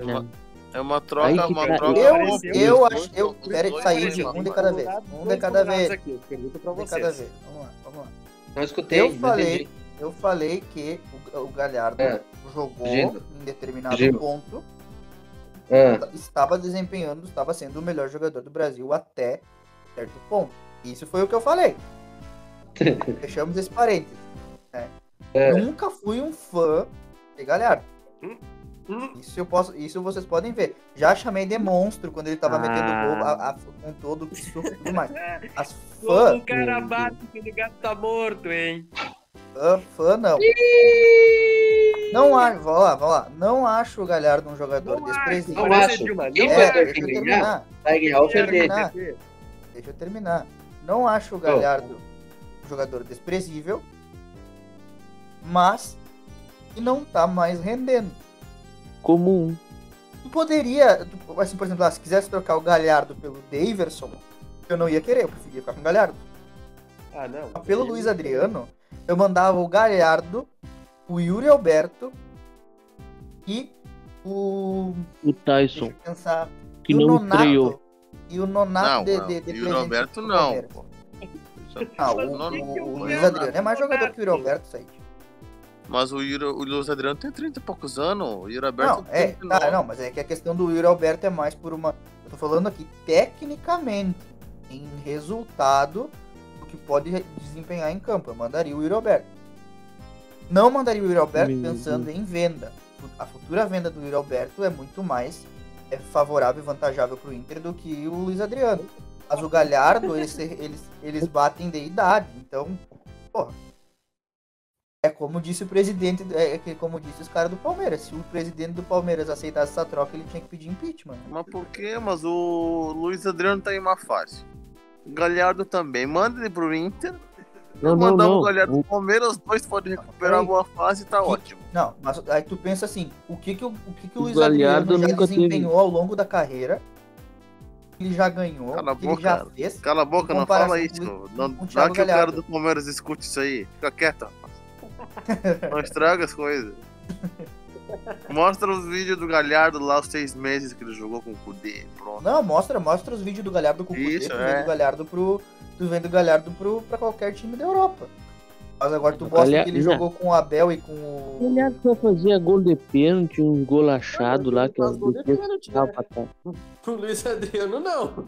Speaker 3: É uma
Speaker 7: Aí
Speaker 3: troca,
Speaker 7: que
Speaker 3: uma
Speaker 7: tá.
Speaker 3: troca.
Speaker 2: eu,
Speaker 3: boa.
Speaker 2: eu
Speaker 3: Os
Speaker 2: acho.
Speaker 3: dois-
Speaker 2: Eu,
Speaker 3: os
Speaker 2: pera aí,
Speaker 3: dois
Speaker 2: saí,
Speaker 3: parecem
Speaker 2: um de
Speaker 3: lá,
Speaker 2: cada
Speaker 3: mano.
Speaker 2: vez. Um de
Speaker 5: Dois
Speaker 2: cada
Speaker 5: convidados
Speaker 2: vez.
Speaker 5: Aqui, eu pergunto pra
Speaker 2: Um de
Speaker 5: vocês.
Speaker 2: cada vez. Vamos lá, vamos lá.
Speaker 8: Não escutei.
Speaker 2: Eu
Speaker 8: não
Speaker 2: falei,
Speaker 8: entendi.
Speaker 2: eu falei que o, o Galhardo
Speaker 8: É.
Speaker 2: jogou
Speaker 8: Gino.
Speaker 2: em determinado
Speaker 8: Gino.
Speaker 2: ponto,
Speaker 8: Ah,
Speaker 2: estava desempenhando, estava sendo o melhor jogador do Brasil até certo ponto. Isso foi o que eu falei. Fechamos esse parênteses. né?
Speaker 8: É.
Speaker 2: Nunca fui um fã de Galhardo.
Speaker 5: Hum, hum.
Speaker 2: Isso, eu posso, isso vocês podem ver. Já chamei de monstro quando ele estava
Speaker 7: Ah.
Speaker 2: metendo gol a- a- com todo o suco e tudo mais. As
Speaker 5: Como
Speaker 2: fã,
Speaker 5: o Um cara bate quando o gato tá morto, hein?
Speaker 2: fã, fã não. Não acho, vamos lá, vamos lá. Não acho o Galhardo um jogador desprezível.
Speaker 8: não acho. Quem
Speaker 2: É,
Speaker 8: vai ganhar?
Speaker 2: deixa eu
Speaker 8: Quem
Speaker 2: terminar.
Speaker 8: vai ganhar o Fernandes.
Speaker 2: terminar. Deixa eu terminar. Não acho o Galhardo um jogador desprezível, mas que não tá mais rendendo.
Speaker 7: Comum.
Speaker 2: Tu poderia, tu- assim, por exemplo, ah, se quisesse trocar o Galhardo pelo Daverson, eu não ia querer, eu preferia ficar com o Galhardo.
Speaker 5: Ah, não.
Speaker 2: Mas Pelo Luiz Adriano, eu mandava o Galhardo, o Yuri Alberto e o.
Speaker 7: O
Speaker 2: Deixa
Speaker 7: Tyson,
Speaker 2: eu pensar.
Speaker 7: que
Speaker 2: e o
Speaker 7: não
Speaker 2: Nonato.
Speaker 7: estreou.
Speaker 2: E o Nonato
Speaker 3: Não,
Speaker 2: de,
Speaker 3: não.
Speaker 2: de, de
Speaker 3: E o
Speaker 2: presente
Speaker 3: Roberto
Speaker 2: pro
Speaker 3: não,
Speaker 2: Palmeiras.
Speaker 3: pô.
Speaker 2: Ah, o,
Speaker 3: Não,
Speaker 2: o-
Speaker 3: não,
Speaker 2: o
Speaker 3: não.
Speaker 2: Luiz Adriano é mais jogador que o Yuri Alberto, isso aí.
Speaker 3: Mas o, Yuri, o Luiz Adriano tem 30 e poucos anos. O Yuri Alberto
Speaker 2: Não,
Speaker 3: tem
Speaker 2: é,
Speaker 3: 39.
Speaker 2: tá, não, mas é que a questão do Yuri Alberto é mais por uma. Eu tô falando aqui tecnicamente, em resultado, o que pode re- desempenhar em campo. Eu mandaria o Yuri Alberto. Não mandaria o Yuri Alberto
Speaker 7: Meu
Speaker 2: pensando em venda. Fu- A futura venda do Yuri Alberto é muito mais é, favorável e vantajável pro Inter do que o Luiz Adriano. Mas o Galhardo, eles, se- eles, eles batem de idade, então, porra. É como disse o presidente, é que como disse os caras do Palmeiras. Se o presidente do Palmeiras aceitasse essa troca, ele tinha que pedir impeachment. né?
Speaker 3: Mas por quê? Mas o Luiz Adriano tá em uma fase. O Galhardo também. Manda ele pro Inter.
Speaker 7: Não, não,
Speaker 3: Mandamos
Speaker 7: não.
Speaker 3: o Galhardo
Speaker 7: O-
Speaker 3: pro Palmeiras. Os dois podem recuperar
Speaker 2: peraí.
Speaker 3: a boa fase e tá ótimo.
Speaker 2: Não, mas aí tu pensa assim, o que que o, o que que o
Speaker 7: O
Speaker 2: Luiz
Speaker 7: Galhardo
Speaker 2: Adriano já
Speaker 7: nunca teve.
Speaker 2: desempenhou ao longo da carreira? Ele já ganhou,
Speaker 3: Cala a
Speaker 2: que ele
Speaker 3: boca,
Speaker 2: já
Speaker 3: cara.
Speaker 2: fez.
Speaker 3: Cala a boca, não
Speaker 2: Comparação
Speaker 3: fala
Speaker 2: com
Speaker 3: isso.
Speaker 2: o-
Speaker 3: Não
Speaker 2: com o
Speaker 3: dá
Speaker 2: Thiago
Speaker 3: que o cara
Speaker 2: Galhardo.
Speaker 3: do Palmeiras escute isso aí. Fica quieto, rapaz. Não estraga as coisas. Mostra os vídeos do Galhardo lá, os seis meses que ele jogou com o Kudê. Pronto.
Speaker 2: Não, mostra, mostra os vídeos do Galhardo com o Kudê,
Speaker 3: Isso,
Speaker 2: tu
Speaker 3: é.
Speaker 2: vendo o Galhardo pro. Tu vendo o Galhardo pro, pra qualquer time da Europa. Mas agora tu
Speaker 7: O
Speaker 2: mostra
Speaker 7: Galha-
Speaker 2: que ele
Speaker 7: não.
Speaker 2: jogou com o Abel e com o.
Speaker 7: O Galhardo só fazia gol de pênalti, uns gol achado lá que é
Speaker 5: Faz gol de
Speaker 7: depois
Speaker 5: pênalti,
Speaker 7: ficava
Speaker 5: né?
Speaker 7: pra trás.
Speaker 5: O Luiz Adriano, não.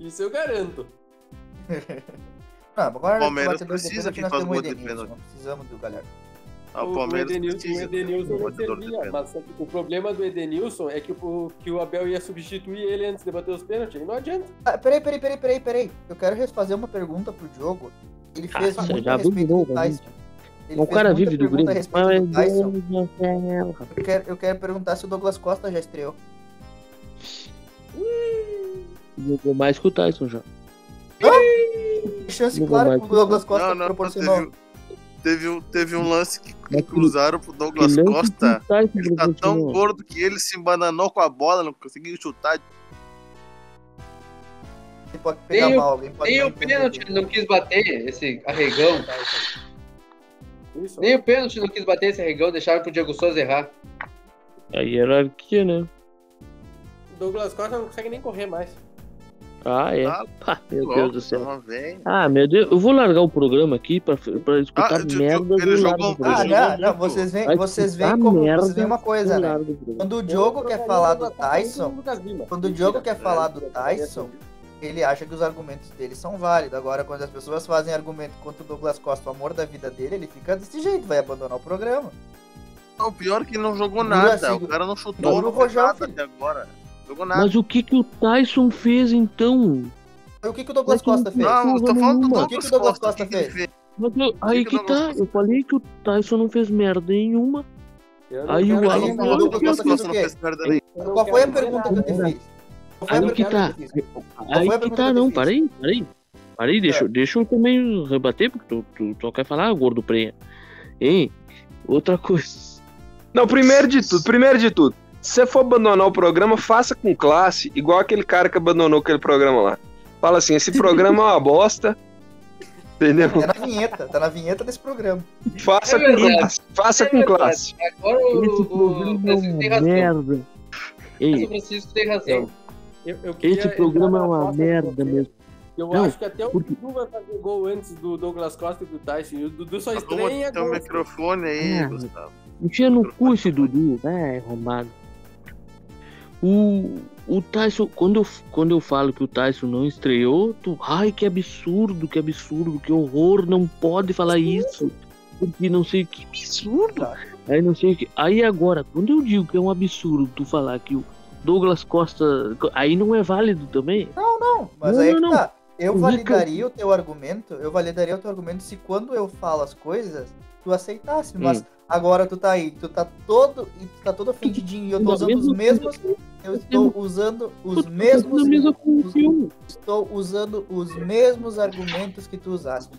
Speaker 5: Isso eu garanto.
Speaker 2: Não, agora
Speaker 3: O Palmeiras
Speaker 2: batedor de
Speaker 3: precisa
Speaker 2: pênalti,
Speaker 3: que
Speaker 2: nós temos
Speaker 3: faz
Speaker 2: o
Speaker 3: gol de
Speaker 2: Edenilson,
Speaker 3: pênalti.
Speaker 2: Não precisamos do Galhardo.
Speaker 3: Ah, o
Speaker 5: O-
Speaker 3: Palmeiras
Speaker 5: o Edenilson, o
Speaker 3: precisa.
Speaker 5: Edenilson
Speaker 3: Um
Speaker 5: não
Speaker 3: batedor de
Speaker 5: servia,
Speaker 3: pênalti.
Speaker 5: mas só que o problema do Edenilson é que o, que o Abel ia substituir ele antes de bater os pênaltis. Não adianta.
Speaker 2: Ah, peraí, peraí, peraí, peraí, peraí. Eu quero res- fazer uma pergunta pro Diogo. Ele fez
Speaker 7: Nossa,
Speaker 2: muito
Speaker 7: Ah, já
Speaker 2: a respeito
Speaker 7: dominou,
Speaker 2: do Tyson. Ele
Speaker 7: O
Speaker 2: fez
Speaker 7: É um cara
Speaker 2: muita
Speaker 7: vive do
Speaker 2: pergunta
Speaker 7: Grêmio.
Speaker 2: a respeito do
Speaker 7: Mas é um
Speaker 2: Tyson.
Speaker 7: Deus do céu, rapaz.
Speaker 2: Eu quero, eu quero perguntar se o Douglas Costa já estreou.
Speaker 7: Jogou mais que o Tyson já.
Speaker 2: Chance
Speaker 7: Não vou
Speaker 2: clara
Speaker 7: mais.
Speaker 2: que o Douglas Costa
Speaker 3: Não, não, teve,
Speaker 2: proporcionou.
Speaker 3: um- teve, um- teve um lance que
Speaker 7: Mas É que-
Speaker 3: cruzaram pro Douglas
Speaker 7: Que não
Speaker 3: Costa.
Speaker 7: que o Tyson
Speaker 3: Ele tá tão
Speaker 7: proporcionou.
Speaker 3: gordo que ele se embananou com a bola, não conseguiu chutar.
Speaker 2: Ele pode pegar
Speaker 8: Nem o-
Speaker 2: mal, alguém pode
Speaker 8: Nem
Speaker 2: não
Speaker 8: o
Speaker 2: entender.
Speaker 8: pênalti ele não quis bater, esse arregão.
Speaker 5: Isso.
Speaker 8: Nem o pênalti não quis bater esse arregão, deixaram pro Diego Souza errar.
Speaker 7: A hierarquia, né?
Speaker 5: O Douglas Costa não consegue nem correr mais.
Speaker 7: Ah, é.
Speaker 3: Ah,
Speaker 7: Pá, meu
Speaker 3: Louco,
Speaker 7: Deus do céu.
Speaker 3: toma, vem.
Speaker 7: Ah, meu Deus, eu vou largar o programa aqui pra, pra
Speaker 3: Ah,
Speaker 7: escutar
Speaker 3: tu- um tu-
Speaker 7: merda
Speaker 3: ele
Speaker 7: do
Speaker 3: jogou-
Speaker 7: largo
Speaker 2: Ah,
Speaker 7: programa.
Speaker 2: não,
Speaker 3: Jogou
Speaker 2: não,
Speaker 3: muito.
Speaker 2: vocês veem,
Speaker 7: Vai
Speaker 2: vocês
Speaker 7: escutar
Speaker 2: veem como
Speaker 7: merda
Speaker 2: vocês veem uma coisa,
Speaker 3: é,
Speaker 7: do
Speaker 2: né?
Speaker 7: largo programa.
Speaker 2: Quando o Diogo quer falar do Tyson, quando o Diogo quer falar do Tyson, ele acha que os argumentos dele são válidos. Agora, quando as pessoas fazem argumento contra o Douglas Costa, o amor da vida dele, ele fica desse jeito, vai abandonar o programa.
Speaker 3: O pior é que ele não jogou
Speaker 2: Dura
Speaker 3: nada.
Speaker 2: assim,
Speaker 3: o cara não chutou
Speaker 2: dura
Speaker 3: não
Speaker 2: o rojão,
Speaker 3: nada
Speaker 2: filho.
Speaker 3: até agora. Jogou nada.
Speaker 7: Mas o que que o Tyson fez então?
Speaker 2: E o que, que o Douglas
Speaker 7: Mas que não
Speaker 2: Costa fez?
Speaker 3: não, eu tô
Speaker 7: porra
Speaker 3: falando do
Speaker 7: nenhuma.
Speaker 2: O que que
Speaker 3: Douglas
Speaker 2: o Douglas
Speaker 3: Costa.
Speaker 2: Costa
Speaker 3: o que que ele fez?
Speaker 7: Mas eu- aí que,
Speaker 3: que não
Speaker 7: tá,
Speaker 3: gostou?
Speaker 7: eu falei que o Tyson não fez merda nenhuma. Aí o
Speaker 3: Ela
Speaker 7: Alan
Speaker 3: não
Speaker 7: falou
Speaker 3: falou que o
Speaker 2: que
Speaker 3: Douglas
Speaker 2: fez o
Speaker 3: Costa não
Speaker 2: quê?
Speaker 3: fez merda nenhuma.
Speaker 2: Qual foi a pergunta que eu te fiz? Qual foi a
Speaker 7: Aí que
Speaker 2: pergunta
Speaker 7: tá.
Speaker 2: que eu te fiz? Qual
Speaker 7: Aí
Speaker 2: foi a
Speaker 7: que
Speaker 2: pergunta que
Speaker 7: tá,
Speaker 2: eu
Speaker 7: não,
Speaker 2: fiz?
Speaker 7: parei, parei.
Speaker 3: É.
Speaker 7: Parei, deixa, eu- deixa eu também rebater, porque tu, tu, tu quer falar, gordo prenha. Hein? Outra coisa.
Speaker 6: Não, primeiro de tudo, primeiro de tudo, se você for abandonar o programa, faça com classe, igual aquele cara que abandonou aquele programa lá. Fala assim, esse programa é uma bosta, entendeu?
Speaker 2: Tá na vinheta, tá na vinheta desse programa.
Speaker 6: Faça
Speaker 8: É
Speaker 6: com
Speaker 8: verdade.
Speaker 6: classe, faça
Speaker 8: É
Speaker 6: com
Speaker 8: verdade.
Speaker 6: classe.
Speaker 8: Agora o,
Speaker 7: Esse
Speaker 8: o, o
Speaker 7: programa é
Speaker 8: Francisco tem
Speaker 7: uma
Speaker 8: razão.
Speaker 7: merda.
Speaker 8: Mas O
Speaker 7: Ei,
Speaker 8: Francisco tem razão.
Speaker 5: Eu- eu queria
Speaker 7: esse programa é
Speaker 5: entrar na
Speaker 7: uma
Speaker 5: pauta
Speaker 7: merda
Speaker 5: com você.
Speaker 7: mesmo.
Speaker 5: Eu
Speaker 7: Não,
Speaker 5: acho que até o
Speaker 7: porque-
Speaker 5: Dudu vai fazer gol antes do Douglas Costa e do Tyson. E O Dudu só
Speaker 3: Arruma
Speaker 5: estranha
Speaker 3: teu
Speaker 5: gol.
Speaker 3: um microfone aí,
Speaker 7: Ah,
Speaker 3: Gustavo.
Speaker 7: Enfia no cu esse Dudu, vai, arrombado. O, o Tyson, quando eu, quando eu falo que o Tyson não estreou, tu, ai que absurdo, que absurdo, que horror, não pode falar isso. Porque não sei o que absurdo.
Speaker 2: Tá.
Speaker 7: Aí não sei o que. Aí agora, quando eu digo que é um absurdo tu falar que o Douglas Costa. Aí não é válido também?
Speaker 2: Não, mas
Speaker 7: Não,
Speaker 2: aí
Speaker 7: não,
Speaker 2: que
Speaker 7: não.
Speaker 2: tá. Eu
Speaker 7: O Rica-
Speaker 2: validaria o teu argumento, eu validaria o teu argumento se quando eu falo as coisas, tu aceitasse, mas agora tu tá aí, tu tá todo, e tu tá todo ofendidinho e eu tô
Speaker 7: Ainda
Speaker 2: usando os
Speaker 7: mesmo-
Speaker 2: mesmos, eu estou tá usando os mesmos,
Speaker 7: Na mesma é um função.
Speaker 2: estou usando os mesmos argumentos que tu usaste.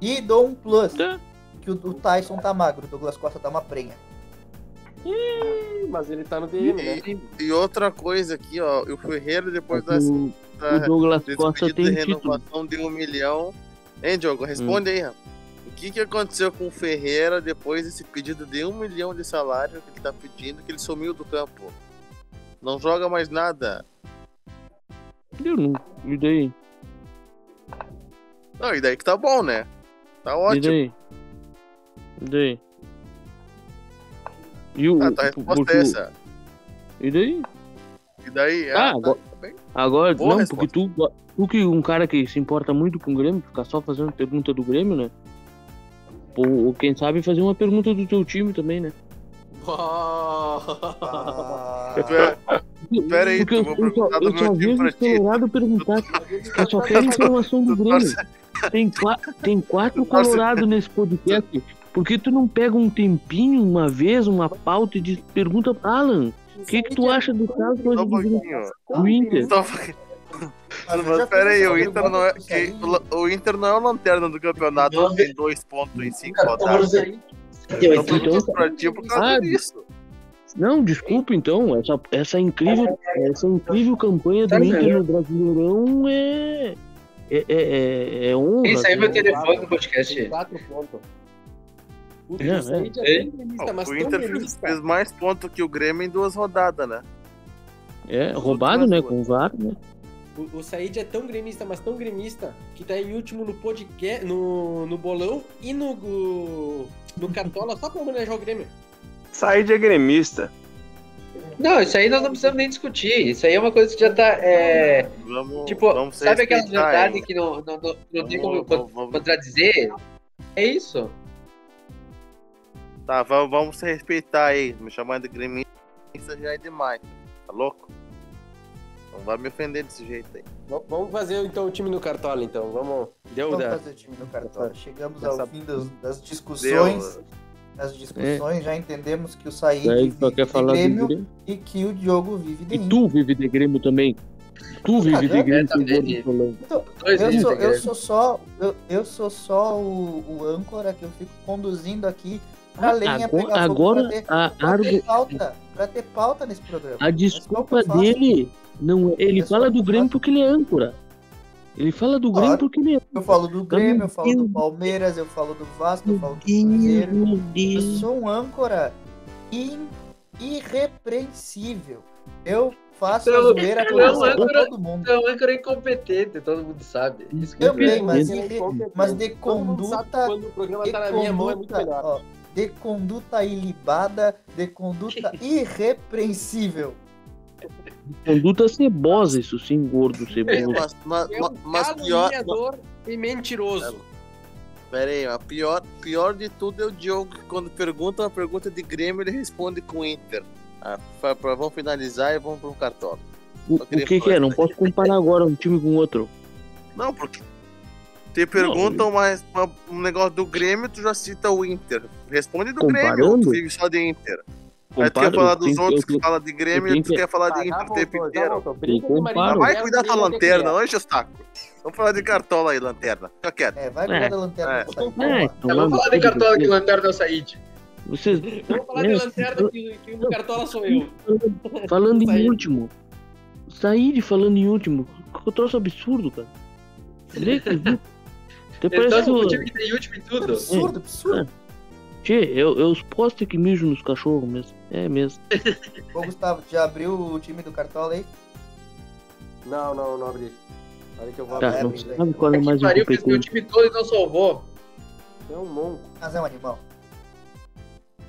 Speaker 2: E dou um plus,
Speaker 7: Tá.
Speaker 2: que o, o Tyson tá magro, o Douglas Costa tá uma prenha.
Speaker 5: Mas ele tá no DM, né?
Speaker 3: E, e outra coisa aqui, ó, o Ferreiro, depois da,
Speaker 7: É O,
Speaker 3: da-
Speaker 7: o Douglas
Speaker 3: É, desse
Speaker 7: Costa
Speaker 3: pedido
Speaker 7: tem
Speaker 3: de
Speaker 7: título. Hum.
Speaker 3: renovação de um milhão. Hein, Diogo? Responde aí, rapaz. O que, que aconteceu com o Ferreira depois desse pedido de um milhão de salário que ele tá pedindo, que ele sumiu do campo? Não joga mais nada.
Speaker 7: Eu não. E daí?
Speaker 3: Não, e daí que tá bom, né? Tá
Speaker 7: E
Speaker 3: ótimo.
Speaker 7: daí? E daí? E o.
Speaker 3: Ah, tá, a resposta
Speaker 7: porque
Speaker 3: é
Speaker 7: o-
Speaker 3: essa.
Speaker 7: E daí?
Speaker 3: E daí,
Speaker 7: Ah,
Speaker 3: ah, tá,
Speaker 7: agora-
Speaker 3: tá bem.
Speaker 7: Agora,
Speaker 3: Boa
Speaker 7: não,
Speaker 3: resposta.
Speaker 7: porque tu, tu que é um cara que se importa muito com o Grêmio, ficar só fazendo pergunta do Grêmio, né? Ou, ou quem sabe fazer uma pergunta do teu time também, né?
Speaker 2: Ah,
Speaker 3: Tu é- Pera aí,
Speaker 7: porque
Speaker 3: tu
Speaker 7: eu,
Speaker 3: vou
Speaker 7: eu só,
Speaker 3: perguntar do
Speaker 7: eu
Speaker 3: meu
Speaker 7: só
Speaker 3: time
Speaker 7: vejo
Speaker 3: pra
Speaker 7: o
Speaker 3: ti.
Speaker 7: Colorado perguntar, eu só quero informação do
Speaker 3: tu
Speaker 7: Grêmio. Tem, qua- tem quatro
Speaker 3: torce-
Speaker 7: Colorado nesse podcast. Por que tu não pega um tempinho, uma vez, uma pauta e diz, pergunta pra Alan, o que, que tu acha do caso
Speaker 3: Só
Speaker 7: hoje
Speaker 3: um
Speaker 7: do Grêmio?
Speaker 3: pouquinho.
Speaker 7: do Inter?
Speaker 3: Só um
Speaker 8: Ah,
Speaker 2: mas eu
Speaker 3: Mas
Speaker 2: já
Speaker 3: pera
Speaker 2: fiz
Speaker 3: aí,
Speaker 2: essa
Speaker 3: o Inter,
Speaker 2: pergunta
Speaker 3: não é,
Speaker 2: pro
Speaker 3: que-
Speaker 2: Sainz.
Speaker 3: o- o Inter não é o lanterna do campeonato,
Speaker 8: Não,
Speaker 3: tem dois pontos em cinco
Speaker 8: Então, Cara, então, tomando
Speaker 3: rodadas.
Speaker 8: Zé-
Speaker 3: Eu tô
Speaker 7: Então,
Speaker 3: perguntando pra ti é por causa
Speaker 7: sabe?
Speaker 3: disso.
Speaker 7: Não, desculpa então, essa, essa incrível essa incrível campanha do
Speaker 8: Tá
Speaker 7: Inter no Brasileirão é é, é, é, é honra.
Speaker 8: Quem saiu meu
Speaker 7: né?
Speaker 8: telefone no podcast?
Speaker 5: Quatro pontos. O
Speaker 7: É, é.
Speaker 5: Vicente é,
Speaker 8: É.
Speaker 5: tão gremista, mas
Speaker 3: o
Speaker 5: tão
Speaker 3: Inter fez,
Speaker 5: gremista.
Speaker 3: fez mais pontos que o Grêmio em duas rodadas, né?
Speaker 7: É, roubado, né? Com o VAR, né?
Speaker 5: O, o Said é tão gremista, mas tão gremista, que tá em último no podcast, no, no bolão e no, no, no Cartola só pra homenagear o Grêmio.
Speaker 6: Sair de gremista.
Speaker 8: Não, isso aí nós não precisamos nem discutir. Isso aí é uma coisa que já tá. é,
Speaker 3: Vamos,
Speaker 8: tipo,
Speaker 3: vamos se
Speaker 8: sabe aquela
Speaker 3: respeitar,
Speaker 8: verdade
Speaker 3: hein?
Speaker 8: que não, não, não, não tem como
Speaker 3: Vamos-
Speaker 8: con-
Speaker 3: vamos- vamos-
Speaker 8: contradizer? É isso.
Speaker 3: Tá, vamos, vamos se respeitar aí. Me chamando de Grêmio já é demais. Tá louco? Não vai me ofender desse jeito aí.
Speaker 5: V- Vamos fazer então o time no Cartola, então. Vamos. Deu
Speaker 2: Vamos
Speaker 5: da.
Speaker 2: fazer o time do cartório. Chegamos ao
Speaker 5: Essa-
Speaker 2: fim das, das discussões.
Speaker 3: Deu.
Speaker 2: Nas discussões, já entendemos que o Said
Speaker 7: Daí
Speaker 2: vive
Speaker 7: só quer
Speaker 2: de
Speaker 7: falar do
Speaker 2: Grêmio
Speaker 7: Grêmio.
Speaker 2: e que o Diogo vive de
Speaker 7: E
Speaker 2: Inter.
Speaker 7: tu vive de Grêmio também. Tu vive de Grêmio com o gordo de Solano.
Speaker 8: Dois
Speaker 2: Então, Eu
Speaker 8: meses,
Speaker 2: sou,
Speaker 8: né,
Speaker 2: eu
Speaker 8: cara?
Speaker 2: sou só, eu, eu sou só o, o âncora que eu fico conduzindo aqui pra lenha
Speaker 7: Ah, Agora,
Speaker 2: pegar fogo
Speaker 7: agora
Speaker 2: pra ter,
Speaker 7: a,
Speaker 2: pra
Speaker 7: argu-
Speaker 2: ter pauta, pra ter pauta nesse programa.
Speaker 7: a
Speaker 2: É
Speaker 7: desculpa
Speaker 2: só o que eu faço.
Speaker 7: dele não ele
Speaker 2: É só o
Speaker 7: fala
Speaker 2: que
Speaker 7: do
Speaker 2: eu
Speaker 7: Grêmio
Speaker 2: faço.
Speaker 7: porque ele é âncora. Ele fala do
Speaker 2: Claro.
Speaker 7: Grêmio porque ele é
Speaker 2: Eu falo do Grêmio, eu falo
Speaker 7: Meu
Speaker 2: do Palmeiras, eu falo do Vasco, eu falo do Cruzeiro.
Speaker 7: Meu
Speaker 2: Eu
Speaker 7: Deus.
Speaker 2: sou um âncora in- irrepreensível. Eu faço
Speaker 8: Não,
Speaker 2: zoeira com
Speaker 8: não é um
Speaker 2: relação a
Speaker 8: âncora-
Speaker 2: todo mundo.
Speaker 8: Não, é que eu era incompetente, todo mundo sabe. Isso que eu
Speaker 2: Também,
Speaker 8: penso.
Speaker 2: mas,
Speaker 5: Ele é
Speaker 2: irre-
Speaker 5: incompetente.
Speaker 2: mas de
Speaker 5: Todo mundo sabe que
Speaker 2: conduta
Speaker 5: Quando o programa
Speaker 2: de
Speaker 5: tá na minha mão é muito
Speaker 2: conduta,
Speaker 5: melhor.
Speaker 2: ó, de conduta ilibada, de conduta irrepreensível.
Speaker 7: Conduta cebosa, isso sim, gordo ceboso.
Speaker 3: Mas, mas,
Speaker 5: É um
Speaker 3: mas- mas pior.
Speaker 5: caluniador e mentiroso.
Speaker 3: Pera aí, mas pior, pior de tudo é o Diogo, que quando pergunta uma pergunta de Grêmio, ele responde com Inter. Ah, fa- pra- vamos finalizar e vamos pro cartola.
Speaker 7: O, o que que é? Não posso comparar agora um time com outro.
Speaker 3: Não, porque te perguntam mais uma- um negócio do Grêmio, tu já cita o Inter. Responde do Grêmio,
Speaker 7: Comparando?
Speaker 3: É, tu vive só de Inter. Aí tu quer
Speaker 7: comparo,
Speaker 3: falar dos
Speaker 7: tem-
Speaker 3: outros
Speaker 7: eu-
Speaker 3: que falam de Grêmio e tu
Speaker 7: tenho-
Speaker 3: quer falar
Speaker 5: Ah,
Speaker 3: de
Speaker 5: já
Speaker 3: Inter o tempo
Speaker 5: voltou, já
Speaker 3: inteiro. Ah,
Speaker 5: voltou. Briga
Speaker 7: Tem
Speaker 5: do Marinho.
Speaker 7: comparo.
Speaker 3: Vai cuidar da
Speaker 5: Briga do
Speaker 3: lanterna,
Speaker 5: Marinho.
Speaker 3: não enche o saco. Vamos falar de cartola aí, lanterna. Fica quieto.
Speaker 2: É, vai
Speaker 7: É.
Speaker 2: cuidar da lanterna.
Speaker 3: É.
Speaker 2: que saiu,
Speaker 7: Ah,
Speaker 2: porra.
Speaker 7: então,
Speaker 8: Vamos falar de cartola que lanterna é o Said.
Speaker 7: Vocês,
Speaker 5: Vamos falar de lanterna que, que o cartola sou eu.
Speaker 7: falando em
Speaker 5: Said.
Speaker 7: último. Saíde falando em último. Que troço absurdo, cara. Drake, viu? Até
Speaker 8: Ele
Speaker 7: parece
Speaker 8: torce pro
Speaker 7: o...
Speaker 8: time que tem último em tudo.
Speaker 2: É Absurdo,
Speaker 7: é.
Speaker 2: absurdo.
Speaker 7: Tchê, é, é os postes que mijam nos cachorros mesmo. É mesmo.
Speaker 2: Ô, Gustavo, já abriu o time do Cartola
Speaker 7: Tá,
Speaker 2: aí?
Speaker 5: Não, não, não abri. Olha que eu vou
Speaker 2: Ah,
Speaker 7: Tá,
Speaker 2: é,
Speaker 7: não
Speaker 2: isso aí.
Speaker 7: sabe qual é
Speaker 8: Que
Speaker 7: mais
Speaker 8: pariu, fez meu
Speaker 7: incompetente.
Speaker 8: time todo então e não salvou.
Speaker 5: É um monco.
Speaker 2: Mas é um animal.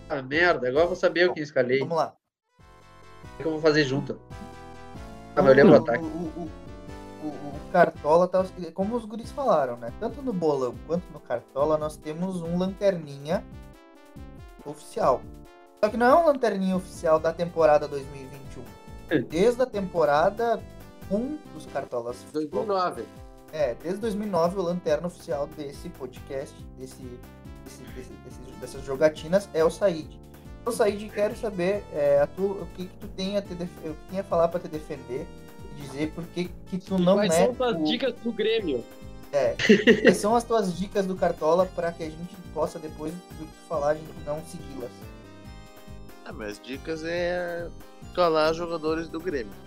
Speaker 8: Ah, merda, agora eu vou saber o que eu escalei.
Speaker 2: Vamos lá.
Speaker 8: O que eu vou fazer junto? Ah, mas eu lembro o ataque.
Speaker 2: o, o- o- o Cartola tá. Como os guris falaram, né? Tanto no bolão quanto no Cartola, nós temos um lanterninha oficial. Só que não é um lanterninha oficial da temporada 2021. Desde a temporada 1 dos Cartolas.
Speaker 5: 2009.
Speaker 2: É, desde 2009 o lanterna oficial desse podcast, desse, desse- desse- desse- dessas jogatinas, é o Said. Então, Said, quero saber é, a tu- o que, que tu tem a, te def- o que tem a falar pra te defender e dizer por que, que tu não
Speaker 5: Quais
Speaker 2: é.
Speaker 5: são suas
Speaker 2: o-
Speaker 5: dicas do Grêmio?
Speaker 2: é, quais são as tuas dicas do Cartola pra que a gente possa, depois do que tu falar, a gente não segui-las?
Speaker 3: Ah, minhas dicas é calar jogadores do Grêmio.